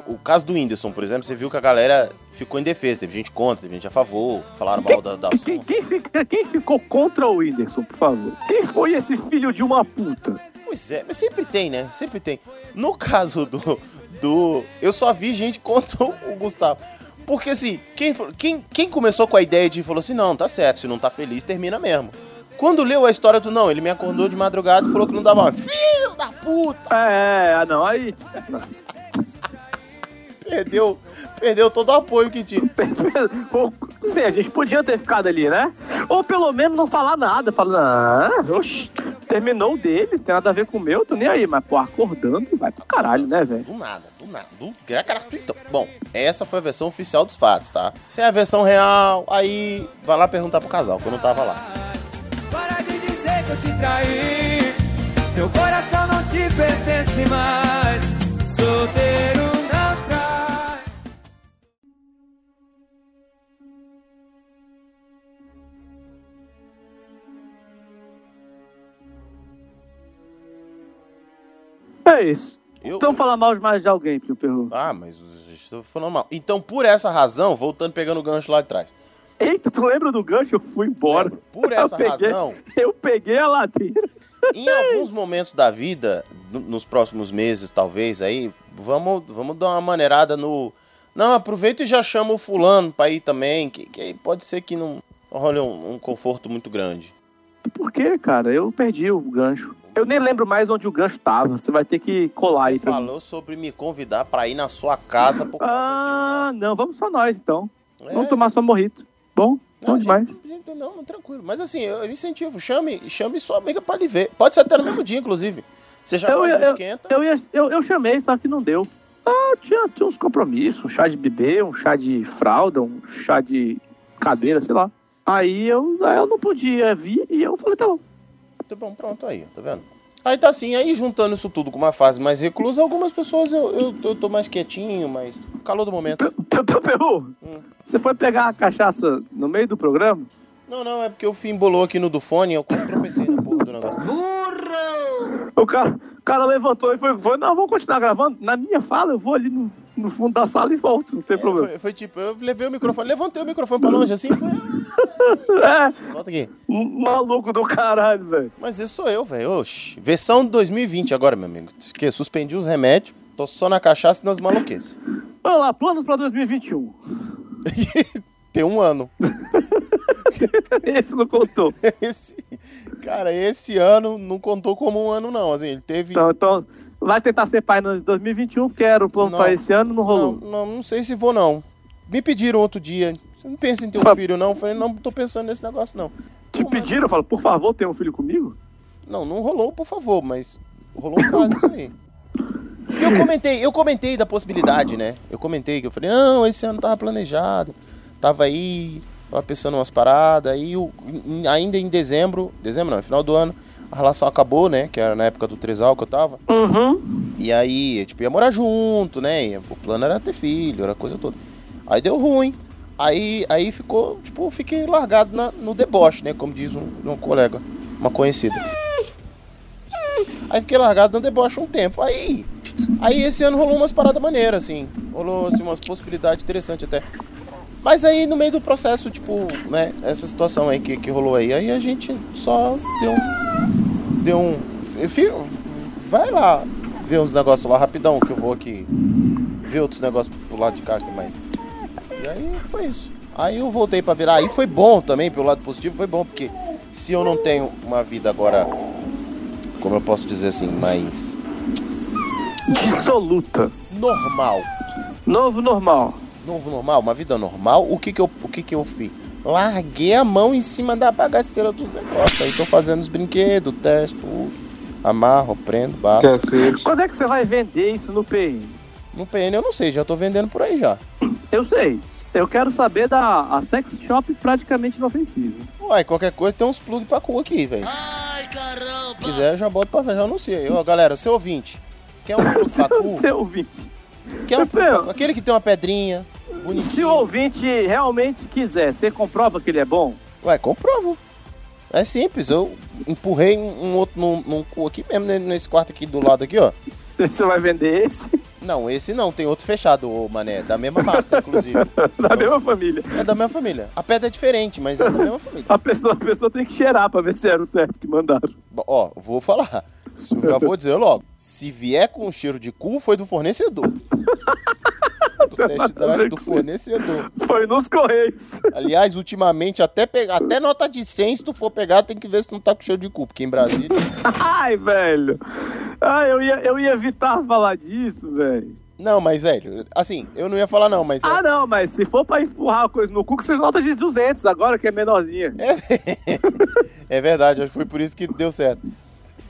B: O caso do Whindersson, por exemplo, você viu que a galera ficou em defesa. Teve gente contra, teve gente a favor. Falaram
A: Quem-
B: mal da. da
A: Quem, quem fica- quem ficou contra o Whindersson, por favor? Quem foi esse filho de uma puta?
B: Pois é, mas sempre tem, né? Sempre tem. No caso do. do eu só vi gente contra o Gustavo. Porque assim, quem, falou- quem, quem começou com a ideia de falou assim: não, tá certo, se não tá feliz, termina mesmo. Quando leu a história do não, ele me acordou de madrugada e falou que não dava mais. Filho da puta!
A: É, ah, não, aí.
B: Perdeu, perdeu todo o apoio que tinha.
A: Ou, Sim, a gente podia ter ficado ali, né? Ou pelo menos não falar nada. Falar, ah, oxi, terminou o dele, tem nada a ver com o meu, tô nem aí. Mas, pô, acordando, vai pra caralho, né, velho?
B: Do nada, do nada, do então. Bom, essa foi a versão oficial dos fatos, tá? Se é a versão real, aí vai lá perguntar pro casal, que eu não tava lá.
G: dizer que eu te traí. Teu coração não te pertence mais. Solteiro não trai.
A: É isso. Então falar mal demais de alguém, Pio Perro.
B: Ah, mas estou falando mal. Então, por essa razão, voltando pegando o gancho lá atrás.
A: Eita, tu lembra do gancho? Eu fui embora.
B: Por
A: Eu
B: essa
A: peguei-
B: razão,
A: Eu peguei a ladeira.
B: em alguns momentos da vida, no- nos próximos meses, talvez, aí, vamos, vamos dar uma maneirada no. Não, aproveita e já chama o fulano pra ir também, que, que aí pode ser que não role um- um conforto muito grande.
A: Por quê, cara? Eu perdi o gancho. Eu nem lembro mais onde o gancho tava. Você vai ter que colar aí
B: Você
A: pra mim.
B: falou sobre me convidar pra ir na sua casa por
A: Ah, não, vamos só nós então. Vamos tomar só morrito. Bom, bom demais.
B: É. Não, não, tranquilo. Mas assim, eu eu incentivo. Chame, chame sua amiga pra lhe ver. Pode ser até no mesmo dia, inclusive. Você já
A: Eu,
B: faz
A: Então, eu,
B: um
A: eu,
B: esquema.
A: eu, ia- eu, eu chamei, só que não deu. Ah, tinha, tinha uns compromissos, um chá de bebê, um chá de fralda, um chá de cadeira, sei lá. Aí eu, aí eu não podia vir e eu falei, tá bom.
B: Muito bom, pronto aí, tá vendo? Aí tá assim, aí juntando isso tudo com uma fase mais reclusa, algumas pessoas eu, eu, eu tô mais quietinho, mas. Calor do momento.
A: Pio Peru, você foi pegar a cachaça no meio do programa?
B: Não, não, é porque o fim embolou aqui no do fone, eu quase tropecei na porra do negócio.
A: O cara, o cara levantou e foi, foi, não, vou continuar gravando. Na minha fala, eu vou ali no, no fundo da sala e volto, não tem problema.
B: Foi, foi tipo, eu levei o microfone, levantei o microfone pra longe assim. Foi... Volta aqui.
A: É, um Maluco do caralho, velho.
B: Mas esse sou eu, velho. Oxi. Versão 2020 agora, meu amigo. Que suspendi os remédios, tô só na cachaça e nas maluquices.
A: Vamos lá, planos pra 2021.
B: Tem um ano.
A: esse não contou.
B: Esse, cara, esse ano não contou como um ano, não. Assim, ele teve.
A: Então, então, vai tentar ser pai no 2021, porque era o plano
B: Não.
A: pra esse ano, não rolou.
B: Não, não, não sei se vou, não. Me pediram outro dia. Você não pensa em ter um filho, não? Eu falei, não, tô pensando nesse negócio, não.
A: Te pediram, eu falo, por favor, tenha um filho comigo?
B: Não, não rolou, por favor, mas rolou um caso isso aí. Porque eu comentei, eu comentei da possibilidade, né? Eu comentei que eu falei, não, esse ano tava planejado, tava aí, tava pensando umas paradas, aí o- em- ainda em dezembro, dezembro não, é final do ano, a relação acabou, né? Que era na época do Tresal que eu tava. E aí, tipo, ia morar junto, né? E o plano era ter filho, era coisa toda. Aí deu ruim. Aí, aí ficou, tipo, eu fiquei largado na- no deboche, né? Como diz um, um colega, uma conhecida. Aí fiquei largado no deboche um tempo. Aí, aí esse ano rolou umas paradas maneiras, assim. Rolou assim, umas possibilidades interessantes até. Mas aí no meio do processo, tipo, né, essa situação aí que, que rolou aí, aí a gente só deu um. Deu um. eu fi- Vai lá ver uns negócios lá rapidão que eu vou aqui. Ver outros negócios pro lado de cá aqui mais. E aí foi isso. Aí eu voltei pra virar. Aí foi bom também, pelo lado positivo, foi bom, porque se eu não tenho uma vida agora como eu posso dizer assim, mais
A: dissoluta.
B: Normal.
A: Novo normal.
B: Novo normal, uma vida normal. O que que eu, o que que eu fiz? Larguei a mão em cima da bagaceira dos negócios. Aí tô fazendo os brinquedos, testo, uso, amarro, prendo, barro.
A: Cacete. Quando é que você vai vender isso no PN?
B: No PN eu não sei, já tô vendendo por aí já.
A: Eu sei. Eu quero saber da a sex shop praticamente inofensiva.
B: Uai, qualquer coisa tem uns plug pra cu aqui, velho.
H: Ai, caramba!
B: Se quiser, eu já boto pra ver, já anuncia. Eu, ó, galera, seu ouvinte. Quer um plug pra cu?
A: Seu ouvinte.
B: Quer um plug pra cu? Aquele que tem uma pedrinha.
A: Se
B: Bonitinho.
A: o ouvinte realmente quiser, você comprova que ele é bom?
B: Ué, comprovo. É simples, eu empurrei um um outro num, num cu aqui mesmo, né, nesse quarto aqui do lado aqui, ó.
A: Você vai vender esse?
B: Não, esse não, tem outro fechado, ô mané, é da mesma marca, inclusive.
A: Da mesma família.
B: É da mesma família. A pedra é diferente, mas é da mesma família.
A: A pessoa, a pessoa tem que cheirar pra ver se era o certo que mandaram.
B: Bo- Ó, vou falar. Se- Já vou dizer logo. Se vier com um cheiro de cu, foi do fornecedor. Do test drive do fornecedor.
A: Foi nos Correios.
B: Aliás, ultimamente, até, pegar, até nota de 100, se tu for pegar, tem que ver se não tá com cheiro de cu, porque em Brasília...
A: Ai, velho. Ai, eu ia, eu ia evitar falar disso, velho.
B: Não, mas, velho, assim, eu não ia falar não, mas...
A: Ah, não, mas se for pra empurrar a coisa no cu, que você nota de 200 agora, que é menorzinha.
B: É verdade, acho que foi por isso que deu certo.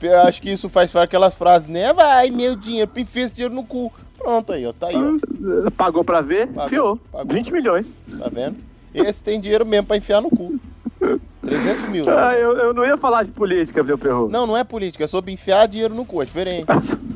B: Eu acho que isso faz falar aquelas frases, né? Vai, meu dinheiro, enfia esse dinheiro no cu. Pronto aí, ó, tá aí, ó.
A: Pagou pra ver,
B: Pagou,
A: fiou.
B: pagou.
A: 20 milhões.
B: Tá vendo? Esse tem dinheiro mesmo pra enfiar no cu. 300 mil. né?
A: Ah, eu, eu não ia falar de política, meu perro.
B: Não, não é política, é sobre enfiar dinheiro no cu, é diferente.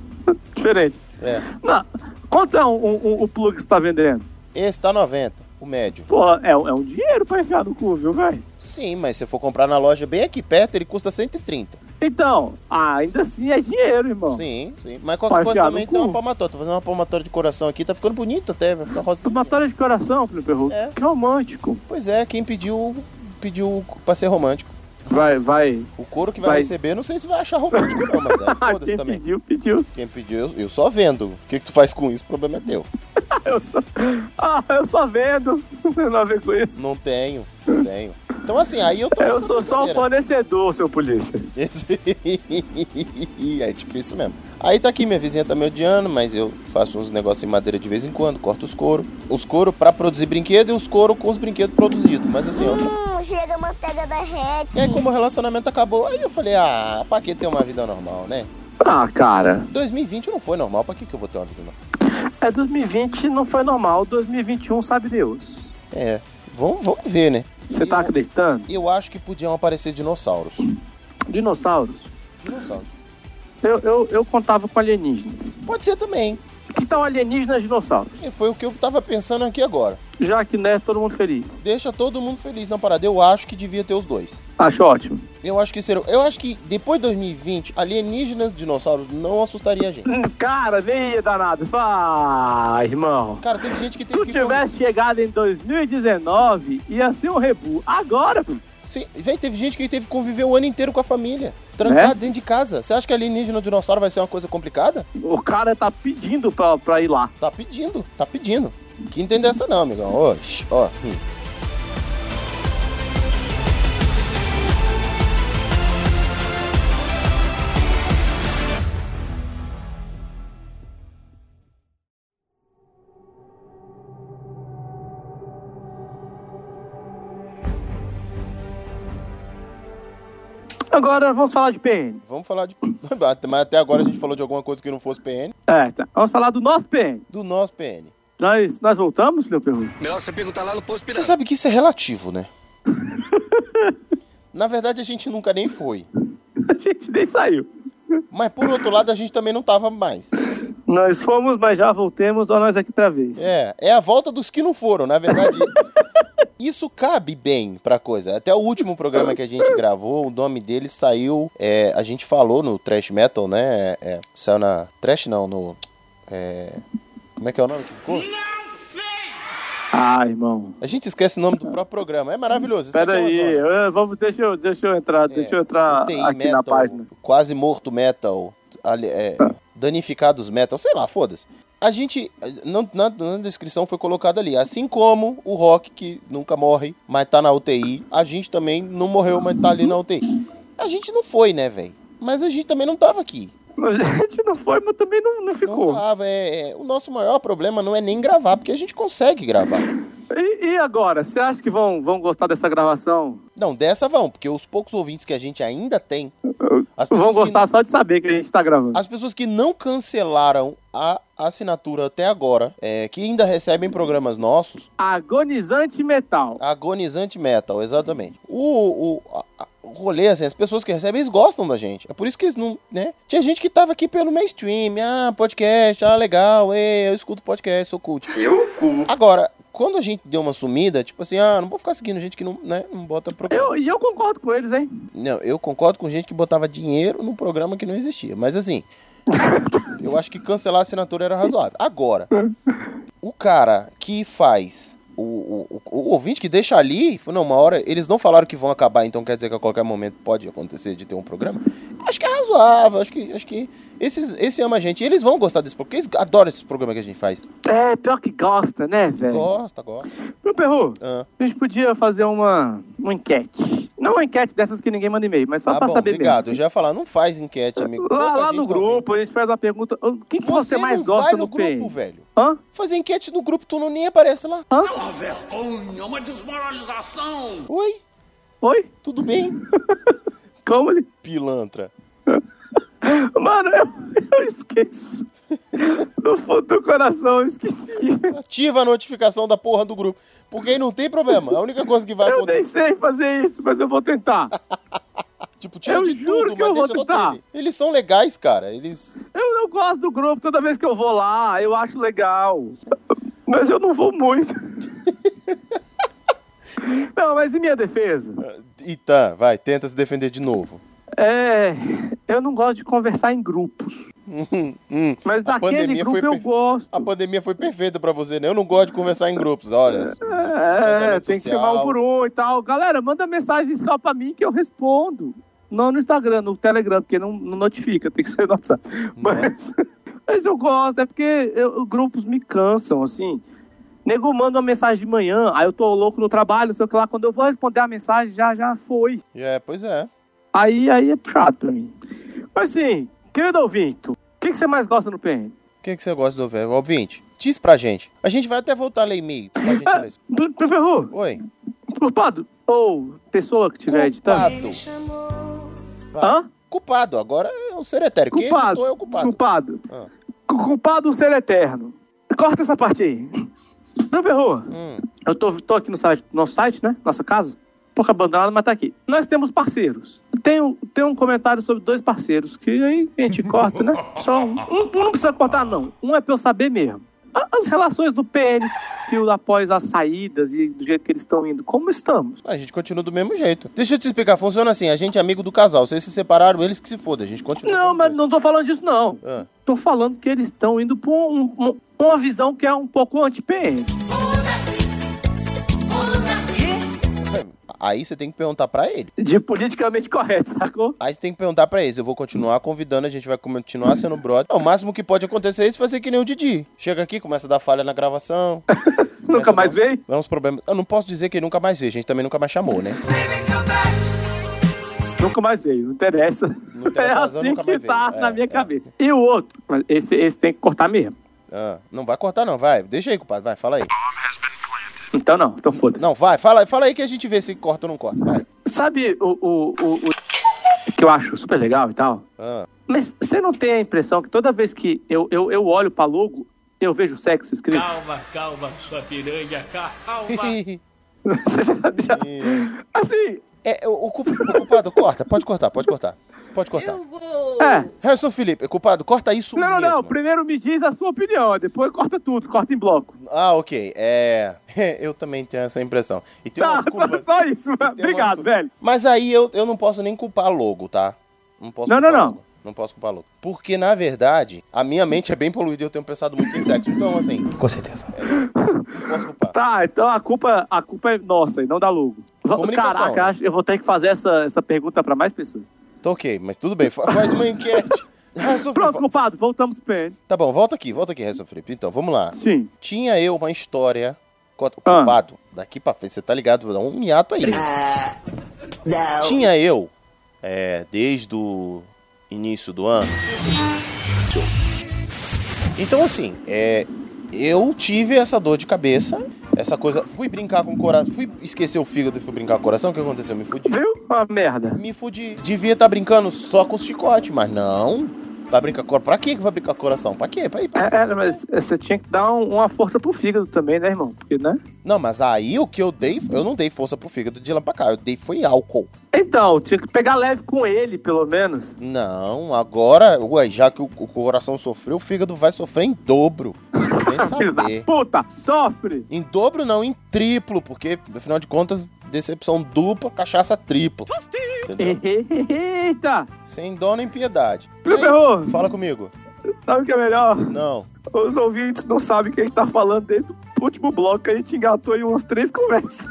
A: Diferente.
B: É.
A: Não, quanto é um, um- um- o plug que você tá vendendo?
B: Esse tá 90, o médio.
A: Pô, é, um- é um dinheiro pra enfiar no cu, viu, velho?
B: Sim, mas se eu for comprar na loja bem aqui perto, ele custa 130.
A: Então, ainda assim é dinheiro, irmão.
B: Sim, sim. Mas
A: Vai
B: qualquer coisa
A: enfiar no
B: também
A: cu?
B: tem uma palmatória. Tô fazendo uma palmatória de coração aqui, tá ficando bonito até, vai ficar rosa.
A: Batalha de coração, Felipe Perro.
B: É.
A: Que romântico.
B: Pois é, quem pediu, pediu pra ser romântico.
A: Vai, vai.
B: O couro que vai,
A: Vai.
B: receber, não sei se vai achar romântico, não, mas aí foda-se
A: Quem
B: também.
A: pediu, pediu.
B: Quem pediu, eu, eu só vendo. O que, que tu faz com isso, o problema é teu.
A: Eu só... Ah, eu só vendo. Não tem nada a ver com isso.
B: Não tenho, não tenho. Então assim, aí eu tô.
A: Eu sou só um fornecedor, seu polícia.
B: é tipo isso mesmo. Aí tá aqui, minha vizinha tá me odiando, mas eu faço uns negócios em madeira de vez em quando, corto os couro. Os couro pra produzir brinquedo e os couro com os brinquedos produzidos. Mas assim, eu...
H: Hum, chega a manteiga derrete.
B: E aí como o relacionamento acabou, aí eu falei, ah, pra que ter uma vida normal, né?
A: Ah, cara.
B: 2020 não foi normal, pra que, que eu vou ter uma vida normal?
A: É, 2020 não foi normal. 2021 sabe Deus.
B: É, vamos, vamos ver, né?
A: Você tá acreditando?
B: Eu acho que podiam aparecer dinossauros.
A: Dinossauros?
B: Dinossauros.
A: Eu, eu, eu contava com alienígenas.
B: Pode ser também.
A: Que tal alienígenas e dinossauros?
B: E foi o que eu tava pensando aqui agora.
A: Já que, né, todo mundo feliz.
B: Deixa todo mundo feliz na parada. Eu acho que devia ter os dois.
A: Acho ótimo.
B: Eu acho que serão. Eu acho que depois de 2020, alienígenas e dinossauros não assustaria a gente.
A: Hum, Cara, nem ia dar nada. Fala, irmão.
B: Cara, teve gente que
A: Se tu
B: teve que.
A: tivesse chegado em 2019, ia ser um rebu. Agora, pô,
B: Sim, véi, teve gente que teve que conviver o ano inteiro com a família. Trancado
A: Né?
B: dentro de casa. Você acha que alienígena e dinossauro vai ser uma coisa complicada?
A: o cara tá pedindo pra, pra ir lá.
B: Tá pedindo, tá pedindo. Que entender essa não, amigão. Ó, shh, ó. hum.
A: Agora vamos falar de PN.
B: Vamos falar de. Mas até agora a gente falou de alguma coisa que não fosse PN.
A: É, tá. Vamos falar do nosso PN.
B: Do nosso PN.
A: Nós, nós voltamos, meu perro?
T: Melhor você perguntar lá no posto
B: Você sabe que isso é relativo, né? Na verdade, a gente nunca nem foi.
A: A gente nem saiu.
B: Mas por outro lado, a gente também não tava mais.
A: Nós fomos, mas já voltemos. Ó, nós aqui outra vez.
B: É, é a volta dos que não foram, na verdade. Isso cabe bem pra coisa. Até o último programa que a gente gravou, o nome dele saiu. é, a gente falou no Trash Metal, né? É, saiu na. Trash não, no. é, como é que é o nome que ficou?
A: Ah, irmão.
B: A gente esquece o nome do próprio programa. É maravilhoso. isso aqui é uma
A: Peraí,
B: zona.
A: eu- vamos, deixa eu, deixa eu entrar,
B: É,
A: deixa eu entrar
B: UTI
A: aqui na página.
B: Quase morto metal. ali- é,
A: Ah.
B: Danificados metal, sei lá, foda-se. A gente. Não, na, na descrição foi colocado ali. Assim como o Rock, que nunca morre, mas tá na UTI. A gente também não morreu, mas tá ali na UTI. A gente não foi, né, velho? Mas a gente também não tava aqui.
A: A gente não foi, mas também não, não ficou.
B: Não tava, é, é, o nosso maior problema não é nem gravar, porque a gente consegue gravar.
A: E, e agora? Você acha que vão, vão gostar dessa gravação?
B: Não, dessa vão, porque os poucos ouvintes que a gente ainda tem.
A: As vão gostar que, só de saber que a gente tá gravando.
B: As pessoas que não cancelaram a assinatura até agora, é, que ainda recebem programas nossos.
A: Agonizante Metal.
B: Agonizante Metal, exatamente. O. o a, o rolê, assim, as pessoas que recebem, eles gostam da gente. É por isso que eles não, né? Tinha gente que tava aqui pelo mainstream, ah, podcast, ah, legal, ei, eu escuto podcast, sou cult.
A: Eu culto.
B: Agora, quando a gente deu uma sumida, tipo assim, ah, não vou ficar seguindo gente que não, né, não bota
A: programa. E eu, eu, concordo com eles, hein?
B: Não, eu concordo com gente que botava dinheiro no programa que não existia. Mas assim, eu acho que cancelar a assinatura era razoável. Agora, o cara que faz o, o, o, ouvinte que deixa ali, não, uma hora eles não falaram que vão acabar, então quer dizer que a qualquer momento pode acontecer de ter um programa. Acho que é razoável, acho que, acho que esses, esse ama a gente. E eles vão gostar desse programa, porque eles adoram esse programa que a gente faz.
A: É, pior que gosta, né, velho?
B: Gosta, gosta.
A: Meu Perru, ah. a gente podia fazer uma, uma enquete. Não uma enquete dessas que ninguém manda e-mail, mas só ah, pra
B: Tá bom,
A: saber
B: obrigado.
A: mesmo.
B: Eu já tá ia falar, não faz enquete, amigo.
A: Lá, lá no grupo, a gente faz uma pergunta. O que, que você, você mais gosta
B: no,
A: no
B: grupo, velho?
A: Hã?
B: Fazer enquete no grupo, tu não nem aparece lá.
A: Hã?
T: É uma vergonha, uma desmoralização.
B: Oi?
A: Oi?
B: Tudo bem?
A: Como ele?
B: Pilantra.
A: Mano, eu, eu esqueço. Do fundo do coração, eu esqueci.
B: Ativa a notificação da porra do grupo. Porque aí não tem problema. A única coisa que vai
A: eu
B: acontecer.
A: Eu nem sei fazer isso, mas eu vou tentar.
B: Tipo, tira eu de
A: juro
B: tudo,
A: que eu vou tentar.
B: Eles são legais, cara. Eles.
A: Eu, eu gosto do grupo, toda vez que eu vou lá, eu acho legal. Mas eu não vou muito. não, mas em minha defesa?
B: Itan, Ah, tá, vai, tenta se defender de novo.
A: É, eu não gosto de conversar em grupos.
B: Hum, hum.
A: Mas
B: A
A: daquele
B: pandemia
A: grupo
B: foi
A: eu
B: per-
A: gosto.
B: A pandemia foi perfeita pra você, né? Eu não gosto de conversar em grupos, olha.
A: É,
B: distanciamento
A: tem que
B: social.
A: chamar um por um e tal. Galera, manda mensagem só pra mim que eu respondo. Não no Instagram, no Telegram, porque não, não notifica, tem que ser no WhatsApp.
B: Né?
A: Mas, mas eu gosto, é porque eu- grupos me cansam, assim. Nego manda uma mensagem de manhã, aí eu tô louco no trabalho, não sei o que lá. Quando eu vou responder a mensagem, já, já foi.
B: É, pois é.
A: Aí, aí é chato pra mim. Mas assim, querido ouvinte, o que, que você mais gosta no PN?
B: O que, que você gosta do velho? Ouvinte, diz pra gente. A gente vai até voltar a ler e-mail. pra gente ler isso.
A: P- P- Perru,
B: Oi.
A: culpado, ou pessoa que tiver editando.
B: Culpado. Vai.
A: Hã?
B: Culpado. Agora é um ser etéreo. Quem
A: Culpado.
B: editou é o culpado.
A: Culpado.
B: Ah.
A: Cu- Culpado ser eterno. Corta essa parte aí. Não, Perru,
B: Hum.
A: eu tô, tô aqui no site, nosso site, né? Nossa casa. Pouco abandonado, mas tá aqui. Nós temos parceiros. Tem um, tem um comentário sobre dois parceiros, que aí a gente corta, né? Só um, um, um não precisa cortar, não. Um é pra eu saber mesmo. A- As relações do PN, fio após as saídas e do jeito que eles estão indo, como estamos?
B: A gente continua do mesmo jeito. Deixa eu te explicar. Funciona assim. A gente é amigo do casal. Vocês se separaram, eles que se fodam. A gente continua.
A: Não,
B: do
A: mas
B: mesmo
A: não tô falando disso, não.
B: jeito. Ah.
A: Tô falando que eles estão indo pra um- um- uma visão que é um pouco anti-PN.
B: Ah, Aí você tem que perguntar pra ele.
A: De politicamente correto, sacou?
B: Aí você tem que perguntar pra eles. Eu vou continuar convidando, a gente vai continuar sendo brother. Não, o máximo que pode acontecer é isso fazer que nem o Didi. Chega aqui, começa a dar falha na gravação.
A: Nunca mais
B: veio?
A: veio?
B: Dá uns problemas. Eu não posso dizer que ele nunca mais veio, a gente também nunca mais chamou, né?
A: Nunca mais veio, não interessa.
B: Não interessa
A: é
B: a razão,
A: assim
B: nunca
A: que
B: mais
A: tá
B: veio. É,
A: na minha
B: é.
A: cabeça. E o outro, mas esse, esse tem que cortar mesmo.
B: Ah, não vai cortar, não, vai. Deixa aí, compadre, vai, fala aí.
A: Então não, então foda-se.
B: Não, vai, fala, fala aí que a gente vê se corta ou não corta, vai.
A: Sabe o, o, o, o que eu acho super legal e tal?
B: Ah,
A: Mas você não tem a impressão que toda vez que eu, eu, eu olho pra logo, eu vejo sexo escrito?
U: Calma, calma, sua piranha, calma.
A: Você já, já... Assim,
B: é, o, o, culp- o culpado, corta, pode cortar, pode cortar. Pode cortar.
A: é.
B: Harrison Felipe, culpado, corta isso
A: Não, não,
B: mesmo.
A: não. Primeiro me diz a sua opinião, depois corta tudo, corta em bloco.
B: Ah, ok. É. Eu também tenho essa impressão. E tem
A: Tá,
B: umas curvas.
A: só, só isso.
B: umas
A: Obrigado,
B: curvas.
A: velho.
B: Mas aí eu, eu não posso nem culpar logo, tá? Não posso
A: Não,
B: culpar
A: não, não.
B: logo. Não posso culpar logo. Porque, na verdade, a minha mente é bem poluída e eu tenho pensado muito em sexo. Então, assim, é,
D: Com certeza.
B: não posso culpar.
A: Tá, então a culpa, a culpa é nossa e não da logo. Va-
B: Comunicação,
A: Caraca,
B: né?
A: acho- eu vou ter que fazer essa, essa pergunta pra mais pessoas.
B: Então, ok, mas tudo bem. fa- Faz uma enquete. Harrison
A: Pronto,
B: Felipe,
A: culpado, voltamos pro PN.
B: Tá bom, volta aqui, volta aqui, Harrison Felipe. Então, vamos lá.
A: Sim.
B: Tinha eu uma história. co-
A: Ah.
B: Culpado, daqui pra frente, você tá ligado? Vou dar um miato aí. Tinha eu, é, desde o início do ano. Então, assim, é, eu tive essa dor de cabeça, essa coisa. Fui brincar com o coração. Fui esquecer o fígado e fui brincar com o coração. O que aconteceu? Me fudi.
A: Viu? Uma merda.
B: Me fudi. Devia estar brincando só com o chicote, mas não. Vai brincar com Pra que vai brincar com coração? Pra quê? Pra ir pra
A: É, é, mas você tinha que dar um- uma força pro fígado também, né, irmão? Porque, né?
B: Não, mas aí o que eu dei, eu não dei força pro fígado de lá pra cá, eu dei foi álcool.
A: Então, tinha que pegar leve com ele, pelo menos.
B: Não, agora, ué, já que o, o coração sofreu, o fígado vai sofrer em dobro. Nem saber.
A: Puta, sofre!
B: Em dobro não, em triplo, porque afinal de contas, decepção dupla, cachaça tripla. Entendeu?
A: Eita!
B: Sem dó nem piedade.
A: Meu Perro,
B: Fala comigo.
A: sabe o que é melhor?
B: Não.
A: Os ouvintes não sabem o que a gente tá falando desde o último bloco que a gente engatou em umas três conversas.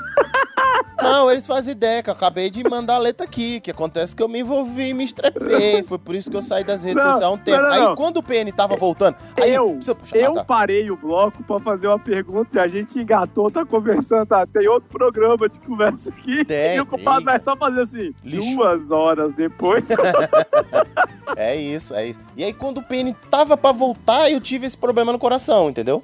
B: Não, eles fazem ideia, que eu acabei de mandar a letra aqui, que acontece que eu me envolvi, me estrepei, foi por isso que eu saí das redes
A: Não,
B: sociais há um tempo.
A: não, não,
B: aí
A: não.
B: quando o PN tava voltando, aí
A: Eu,
B: precisa puxar-
A: eu
B: Ah, tá.
A: parei o bloco pra fazer uma pergunta e a gente engatou, tá conversando, tá? Tem outro programa de conversa aqui.
B: Tem,
A: e o culpado
B: tem.
A: vai só fazer assim,
B: Lixo.
A: duas horas depois.
B: É isso, é isso. E aí quando o Penny tava pra voltar, eu tive esse problema no coração, entendeu?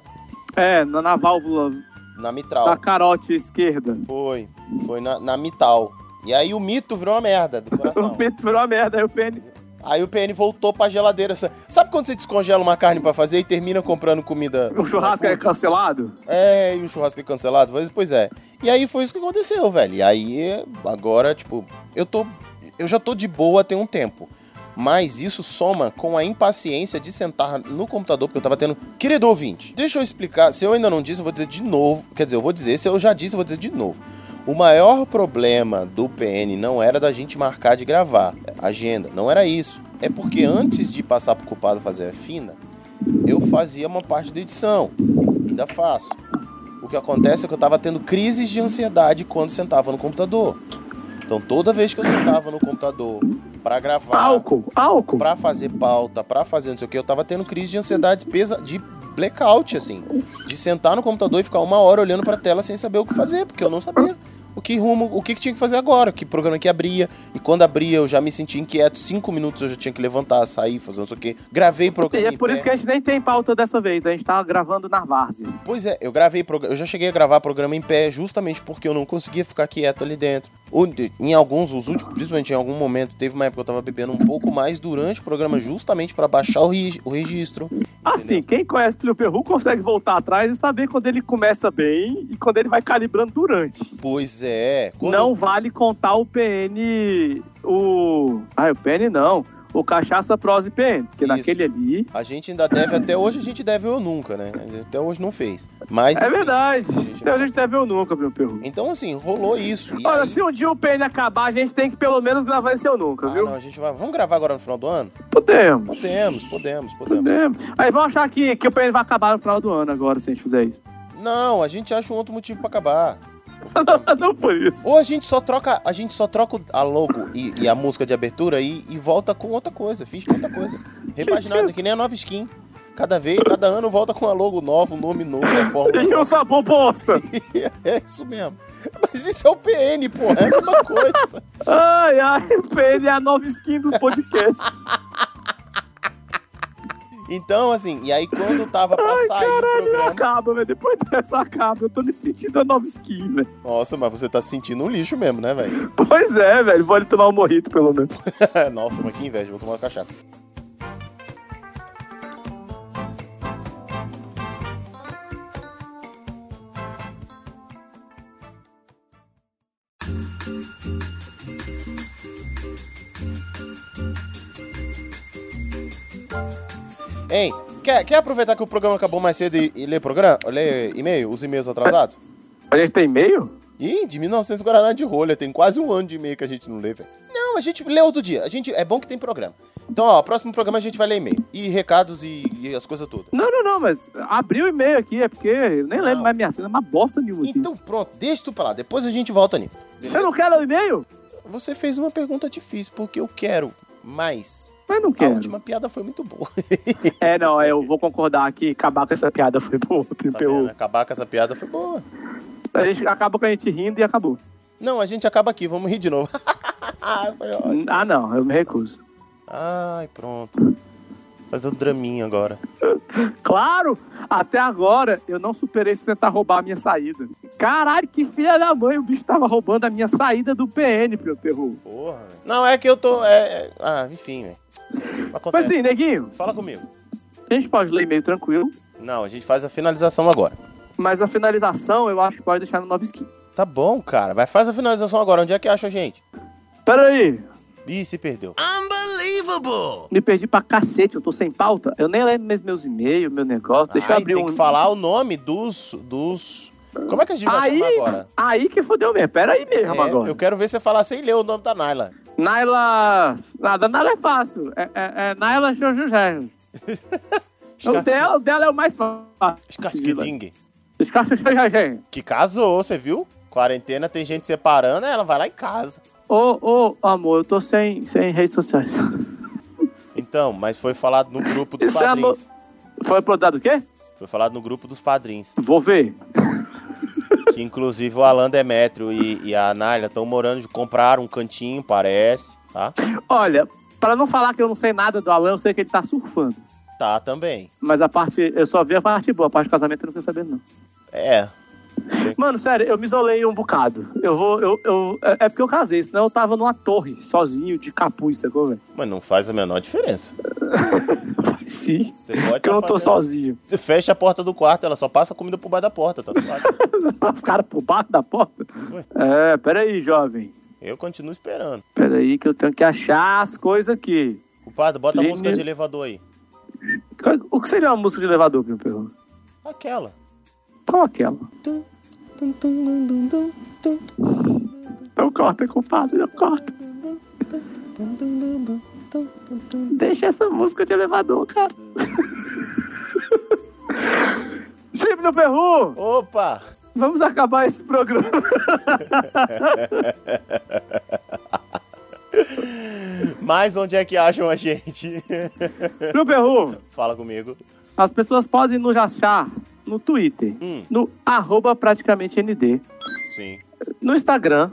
A: é, na, na válvula,
B: Na mitral.
A: na carote esquerda.
B: Foi, foi na, na mitral. E aí o mito virou uma merda do coração.
A: O Pedro virou uma merda, aí o PN.
B: Aí o PN voltou pra geladeira. Sa- Sabe quando você descongela uma carne pra fazer e termina comprando comida?
A: O churrasco é cancelado?
B: É, e o churrasco é cancelado? Pois, pois é. E aí foi isso que aconteceu, velho. E aí, agora, tipo, eu tô. Eu já tô de boa tem um tempo. Mas isso soma com a impaciência de sentar no computador, porque eu tava tendo. Querido ouvinte, deixa eu explicar. Se eu ainda não disse, eu vou dizer de novo. Quer dizer, eu vou dizer, se eu já disse, eu vou dizer de novo. O maior problema do PN não era da gente marcar de gravar agenda, não era isso. É porque antes de passar pro culpado fazer a fina, eu fazia uma parte da edição. Ainda faço. O que acontece é que eu tava tendo crises de ansiedade quando sentava no computador. Então toda vez que eu sentava no computador pra gravar,
A: Álcool, álcool.
B: pra fazer pauta, pra fazer não sei o que, eu tava tendo crise de ansiedade, pesa de blackout assim, de sentar no computador e ficar uma hora olhando pra tela sem saber o que fazer, porque eu não sabia o que rumo, o que, que tinha que fazer agora, que programa que abria, e quando abria eu já me sentia inquieto, cinco minutos eu já tinha que levantar, sair, fazer não sei o que, gravei
A: E
B: programa
A: é
B: em
A: por
B: pé.
A: isso que a gente nem tem pauta dessa vez, a gente tá gravando na várzea.
B: Pois é, eu gravei, progra- eu já cheguei a gravar programa em pé justamente porque eu não conseguia ficar quieto ali dentro. Ou de- Em alguns, os últimos, principalmente em algum momento, teve uma época que eu tava bebendo um pouco mais durante o programa justamente pra baixar o, regi- o registro.
A: Assim, quem conhece Plio Perru consegue voltar atrás e saber quando ele começa bem e quando ele vai calibrando durante.
B: Pois é. quando-
A: Não vale contar o PN. O. Ah, o PN não. O Cachaça Prose PN. Porque naquele ali.
B: A gente ainda deve, até hoje a gente deve ou nunca, né? A gente Até hoje não fez. Mas.
A: É verdade.
B: gente
A: Então a gente deve ou nunca, Plio Perru.
B: Então, assim, rolou isso. E
A: Olha,
B: aí-
A: se um dia o PN acabar, a gente tem que pelo menos gravar esse ou nunca,
B: Ah,
A: viu?
B: não, a gente vai. Vamos gravar agora no final do ano?
A: Podemos.
B: Podemos, podemos, podemos.
A: Podemos. Aí vão achar que, que o PN vai acabar no final do ano agora, se a gente fizer isso.
B: Não, a gente acha um outro motivo pra acabar.
A: não por isso.
B: Ou a gente só troca, a gente só troca a logo e, e a música de abertura e, e volta com outra coisa, finge que é outra coisa. Repaginado, que nem a nova skin. Cada vez, cada ano volta com a logo nova, um nome novo, uma forma.
A: E um sabor bosta.
B: é isso mesmo. Mas isso é o PN, porra, é a mesma coisa.
A: Ai, ai, o PN é a nova skin dos podcasts.
B: Tá Então, assim, e aí quando tava pra
A: Ai,
B: sair o
A: caralho,
B: programa.
A: acaba, velho. Depois dessa acaba. Eu tô me sentindo a nova skin, velho.
B: Nossa, mas você tá se sentindo um lixo mesmo, né, velho?
A: Pois é, velho. Vale tomar um morrito, pelo menos.
B: Nossa, mas que inveja, vou tomar uma cachaça. Hein, quer, quer aproveitar que o programa acabou mais cedo e, e ler programa? Ler e-mail, os e-mails atrasados?
A: A gente tem e-mail?
B: Ih, de 1900 Guaraná de rolha, tem quase um ano de e-mail que a gente não lê, velho. Não, a gente lê outro dia. A gente, é bom que tem programa. Então, ó, próximo programa a gente vai ler e-mail. E recados e, e as coisas todas.
A: Não, não, não, mas abriu o e-mail aqui, é porque eu nem lembro mais minha cena, é uma bosta nenhuma. aqui.
B: Então, pronto, deixa tu pra lá. Depois a gente volta nisso.
A: Você não quer ler o e-mail?
B: Você fez uma pergunta difícil, porque eu quero mais.
A: Mas não
B: A
A: quero.
B: última piada foi muito boa.
A: É, não, eu vou concordar aqui, acabar com essa piada foi boa,
B: Tá
A: Pimpeu.
B: vendo? Acabar com essa piada foi boa.
A: a gente acaba com a gente rindo e acabou.
B: Não, a gente acaba aqui, vamos rir de novo. Foi ótimo.
A: Ah, não, eu me recuso.
B: Ai, pronto. Fazer um draminha agora.
A: Claro! Até agora eu não superei se tentar roubar a minha saída. Caralho, que filha da mãe, o bicho tava roubando a minha saída do PN, meu terror.
B: Porra. velho. Não, é que eu tô. é- é- Ah, enfim, velho.
A: Mas assim, neguinho.
B: Fala comigo.
A: A gente pode ler meio tranquilo.
B: Não, a gente faz a finalização agora.
A: Mas a finalização eu acho que pode deixar no 9 skin.
B: Tá bom, cara. Vai, faz a finalização agora. Onde é que acha a gente?
A: Pera aí.
B: Ih, se perdeu.
A: Ah, Unbelievable! Me perdi pra cacete, eu tô sem pauta. Eu nem lembro mais meus e-mails, meu negócio. Deixa eu
B: Ai,
A: abrir
B: tem
A: um.
B: que falar o nome dos. dos... Como é que a gente vai
A: Aí-
B: chamar agora?
A: Aí que fodeu mesmo. Pera aí mesmo
B: É,
A: agora.
B: Eu quero ver você falar sem ler o nome da Naila.
A: Naila. Nada, nada é fácil. É, é, é Naila Jojujé. o, dela, o dela é o mais fácil.
B: Casquidingue.
A: Escasquidingue.
B: Que casou, você viu? Quarentena, tem gente separando, ela vai lá em casa.
A: Ô, ô, amor, eu tô sem, sem redes sociais.
B: Então, mas foi falado no grupo dos
A: Isso é
B: padrinhos.
A: Foi plotado o quê?
B: Foi falado no grupo dos padrinhos.
A: Vou ver.
B: Que inclusive o Alan Demetrio e, e a Nália estão morando de comprar um cantinho, parece, tá?
A: Olha, pra não falar que eu não sei nada do Alan, eu sei que ele tá surfando.
B: Tá também.
A: Mas a parte. Eu só vi a parte boa, a parte do casamento eu não quero saber, não.
B: É.
A: Mano, sério, eu me isolei um bocado. Eu vou. Eu, eu, é é porque eu casei, senão eu tava numa torre, sozinho, de capuz, sacou, velho?
B: Mas não faz a menor diferença.
A: Sim.
B: Você pode tá
A: Porque É eu não tô sozinho.
B: Você fecha a porta do quarto, ela só passa comida por baixo da porta, tá? suave.
A: Ficaram por baixo da porta? É, peraí, jovem.
B: Eu continuo esperando.
A: Peraí, que eu tenho que achar as coisas aqui.
B: Culpado, bota a
A: Primeiro-
B: música de elevador aí.
A: Qual- O que seria uma música de elevador, meu perro?
B: Aquela.
A: Qual Então, aquela? Não Então, corta, culpado, não corta. Deixa essa música de elevador, cara. Sempre no Perru!
B: Opa!
A: Vamos acabar esse programa.
B: Mas onde é que acham a gente?
A: No Perru,
B: Fala comigo.
A: as pessoas podem nos achar no Twitter, no arroba praticamente ND,
B: Sim.
A: no Instagram,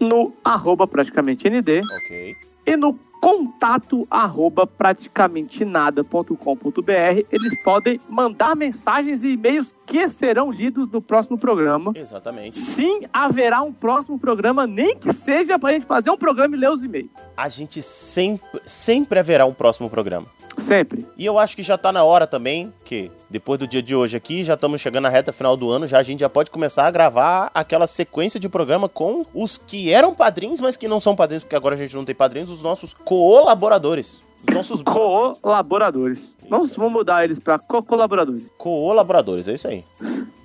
A: no arroba praticamente ND
B: Ok.
A: e no contato arroba praticamente nada.com.br eles podem mandar mensagens e e-mails que serão lidos no próximo programa.
B: Exatamente.
A: Sim, haverá um próximo programa, nem que seja pra gente fazer um programa e ler os e-mails.
B: A gente sempre, sempre haverá um próximo programa.
A: Sempre.
B: E eu acho que já tá na hora também, que depois do dia de hoje aqui, já estamos chegando na reta final do ano, já a gente já pode começar a gravar aquela sequência de programa com os que eram padrinhos, mas que não são padrinhos, porque agora a gente não tem padrinhos, os nossos colaboradores. Os nossos
A: Colaboradores. Vamos, vamos mudar eles pra co- colaboradores.
B: colaboradores, é isso aí.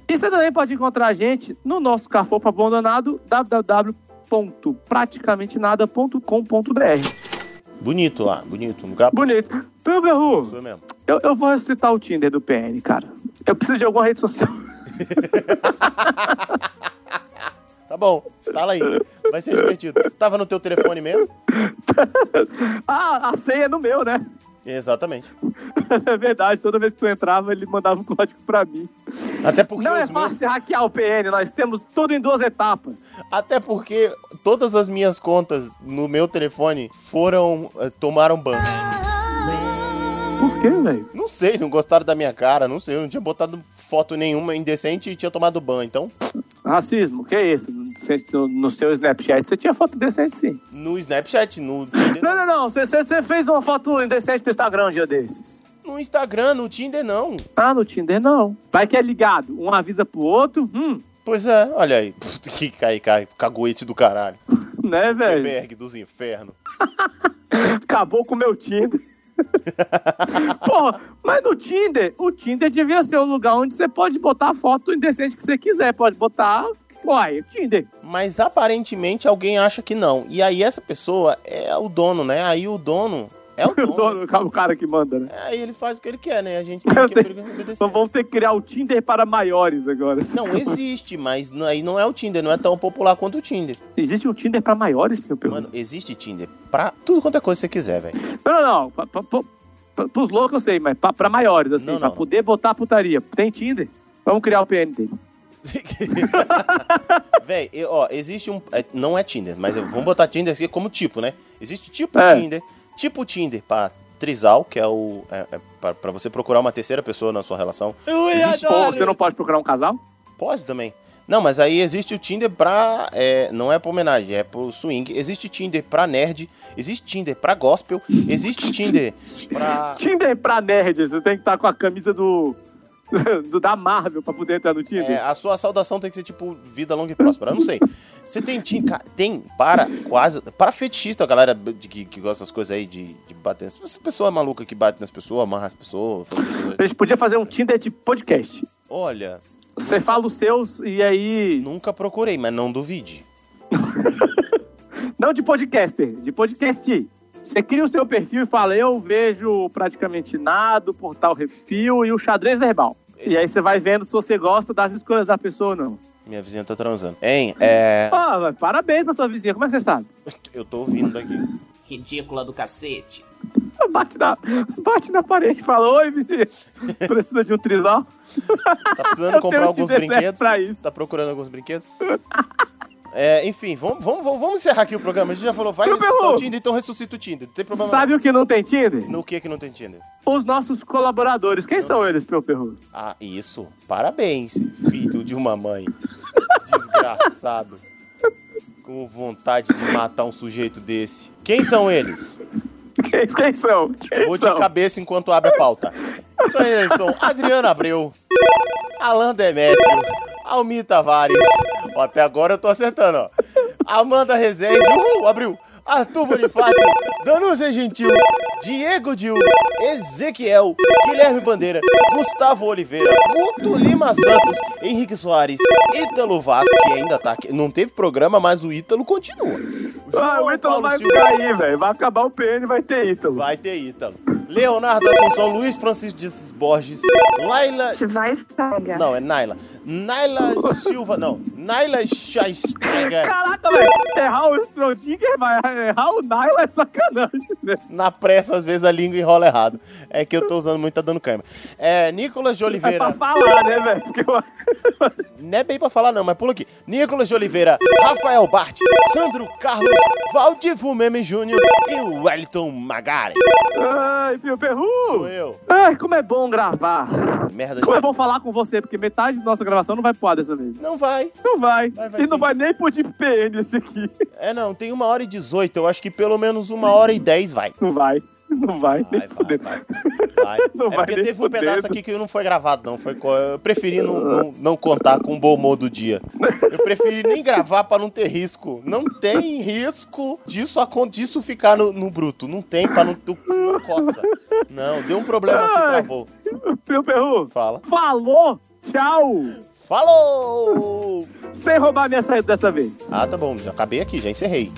A: E você também pode encontrar a gente no nosso Cafofo Abandonado, www.praticamentenada.com.br.
B: Bonito lá, bonito. um Nunca...
A: Bonito. Pelo Berru,
B: Isso mesmo.
A: eu, eu vou ressuscitar o Tinder do PN, cara. Eu preciso de alguma rede social.
B: Tá bom, instala aí. Vai ser divertido. Tava no teu telefone mesmo?
A: ah, a senha é no meu, né?
B: Exatamente.
A: É verdade, toda vez que tu entrava, ele mandava um código pra mim.
B: Até porque
A: Não
B: os
A: é fácil hackear o PN, nós temos tudo em duas etapas.
B: Até porque todas as minhas contas no meu telefone foram. eh, tomaram ban.
A: Por quê, velho?
B: Não sei, não gostaram da minha cara, não sei, eu não tinha botado foto nenhuma indecente e tinha tomado ban, então.
A: Racismo, que isso? Você- No seu Snapchat você tinha foto decente, sim.
B: No Snapchat, no,
A: Não, não, não. Você, você- você fez uma foto indecente no Instagram um dia desses.
B: no Instagram, no Tinder, não.
A: Ah, no Tinder não. Vai que é ligado. Um avisa pro outro, hum,
B: Pois é, olha aí. Puta, que cai, cai, caguete do caralho.
A: né, velho?
B: Berg dos infernos.
A: Acabou com o meu Tinder. Porra, mas no Tinder, o Tinder devia ser o lugar onde você pode botar a foto indecente que você quiser. Pode botar. Uai, Tinder.
B: Mas aparentemente alguém acha que não. E aí essa pessoa é o dono, né? Aí o dono. É o
A: Eu
B: dono. É,
A: tô o cara que manda, né?
B: Aí ele faz o que ele quer, né? A gente tem que obedecer.
A: Então vamos ter que criar o Tinder para maiores agora.
B: Não, existe, mas não- aí não é o Tinder, não é tão popular quanto o Tinder.
A: Existe um Tinder para maiores, meu pelo
B: Mano, existe Tinder pra tudo quanto é coisa que você quiser, velho.
A: Não, não, não. Pra, pra, pra- pra- pros loucos eu sei, mas pra, pra maiores, assim,
B: Não,
A: pra
B: não.
A: poder botar putaria. Tem Tinder? Vamos criar o PN dele.
B: Véi, eu- ó, existe um. é, não é Tinder, mas eu- vamos botar Tinder aqui como tipo, né? Existe tipo
A: É.
B: Tinder, Tipo o Tinder, pá. Trisal, que é o. É, é pra- pra você procurar uma terceira pessoa na sua relação. Existe-
A: Ou você não pode procurar um casal?
B: Pode também. Não, mas aí existe o Tinder pra. é, não é pra homenagem, é pro swing. Existe Tinder pra nerd, existe Tinder pra gospel, existe Tinder pra.
A: Tinder é pra nerd, você tem que estar com a camisa do, do- da Marvel pra poder entrar no Tinder.
B: É, a sua saudação tem que ser tipo vida longa e próspera. Eu não sei. Você tem Tinder. ca- Tem para quase. Para fetichista, a galera de- que, que gosta dessas coisas aí de, de bater. nas- Essa pessoa é maluca que bate nas pessoas, amarra as pessoas. faz as coisas.
A: A gente podia fazer um Tinder de podcast.
B: Olha.
A: Você fala os seus e aí.
B: Nunca procurei, mas não duvide.
A: Não de podcaster, de podcast. Você cria o seu perfil e fala: Eu vejo praticamente nada, o portal refil e o xadrez verbal. E aí você vai vendo se você gosta das escolhas da pessoa ou não.
B: Minha vizinha tá transando. Hein? É.
A: Ah, mas parabéns pra sua vizinha, como é que você sabe?
B: Eu tô ouvindo daqui.
C: Ridícula do cacete.
A: Bate na, bate na parede e fala: Oi, vizinha, precisa de um trisal?
B: Tá precisando
A: Eu
B: comprar
A: tenho
B: alguns
A: 17
B: brinquedos?
A: pra isso.
B: Tá procurando alguns brinquedos? É, enfim, vamos, vamos, vamos, vamos encerrar aqui o programa. A gente já falou, vai
A: Meu
B: ressuscitar
A: Perru!
B: o Tinder, então ressuscita o Tinder. Não tem problema
A: Sabe o que não tem Tinder?
B: não. No que que não tem Tinder?
A: Os nossos colaboradores, quem são eles, meu perro?
B: Ah, isso. Parabéns, filho de uma mãe. Desgraçado. Com vontade de matar um sujeito desse. Quem são eles?
A: Quem, quem são? Quem
B: Vou
A: são?
B: de cabeça enquanto abre a pauta. São eles, são Adriana Abreu, Alan Demetrio, Almir Tavares. Ó, até agora eu tô acertando, ó. Amanda Rezende, uhul, abriu. Arthur Bonifácio, Danúcia Gentil, Diego Dil, Ezequiel, Guilherme Bandeira, Gustavo Oliveira, Guto Lima Santos, Henrique Soares, Ítalo Vaz, que ainda tá aqui. Não teve programa, mas o Ítalo continua.
A: Ah, o Ítalo
B: Paulo
A: vai
B: Silva.
A: ficar aí, velho. Vai acabar o PN, vai ter Ítalo.
B: Vai ter Ítalo. Leonardo Assunção, Luiz Francisco de Borges, Laila.
N: Você vai estragar.
B: Não, é Naila. Naila Silva, não. Naila Scheisteger.
A: Caraca, velho. Errar o Strodinger, vai errar o Naila é sacanagem, velho.
B: Na pressa, às vezes a língua enrola errado. É que eu tô usando muito, tá dando câimbra. É, Nicolas de
A: É pra
B: Oliveira.
A: falar, né, velho? Porque eu-
B: Não é bem pra falar, não, mas pula aqui. Nicolas de Oliveira, Rafael Bart, Sandro Carlos, Valdivo Meme Júnior e Wellington Magari.
A: Ai, meu perru.
B: Sou eu.
A: Ai, como é bom gravar.
B: Merda,
A: Uh! Como é bom falar com você, porque metade da nossa gravação não vai pro ar dessa vez.
B: Não vai.
A: Não vai.
B: Vai, vai
A: e não
B: sim.
A: vai nem pro Deep PN esse aqui.
B: É, não, tem uma hora e 18. Eu acho que pelo menos uma hora e 10 vai.
A: Não vai. Não vai. nem
B: Vai,
A: fudendo.
B: vai, vai.
A: Não
B: é
A: vai
B: porque
A: nem
B: teve um pedaço
A: fudendo.
B: aqui que não foi gravado, não. Foi, co- eu preferi não, não, não contar com o bom humor do dia. Eu preferi nem gravar pra não ter risco. Não tem risco disso, acon- disso ficar no, no bruto. Não tem pra não. Tu, não coça. Não, deu um problema aqui,
A: Ai.
B: travou.
A: Meu perru.
B: Fala.
A: Falou. Tchau.
B: Falou!
A: Sem roubar minha saída dessa vez.
B: Ah, tá bom, já acabei aqui, já encerrei.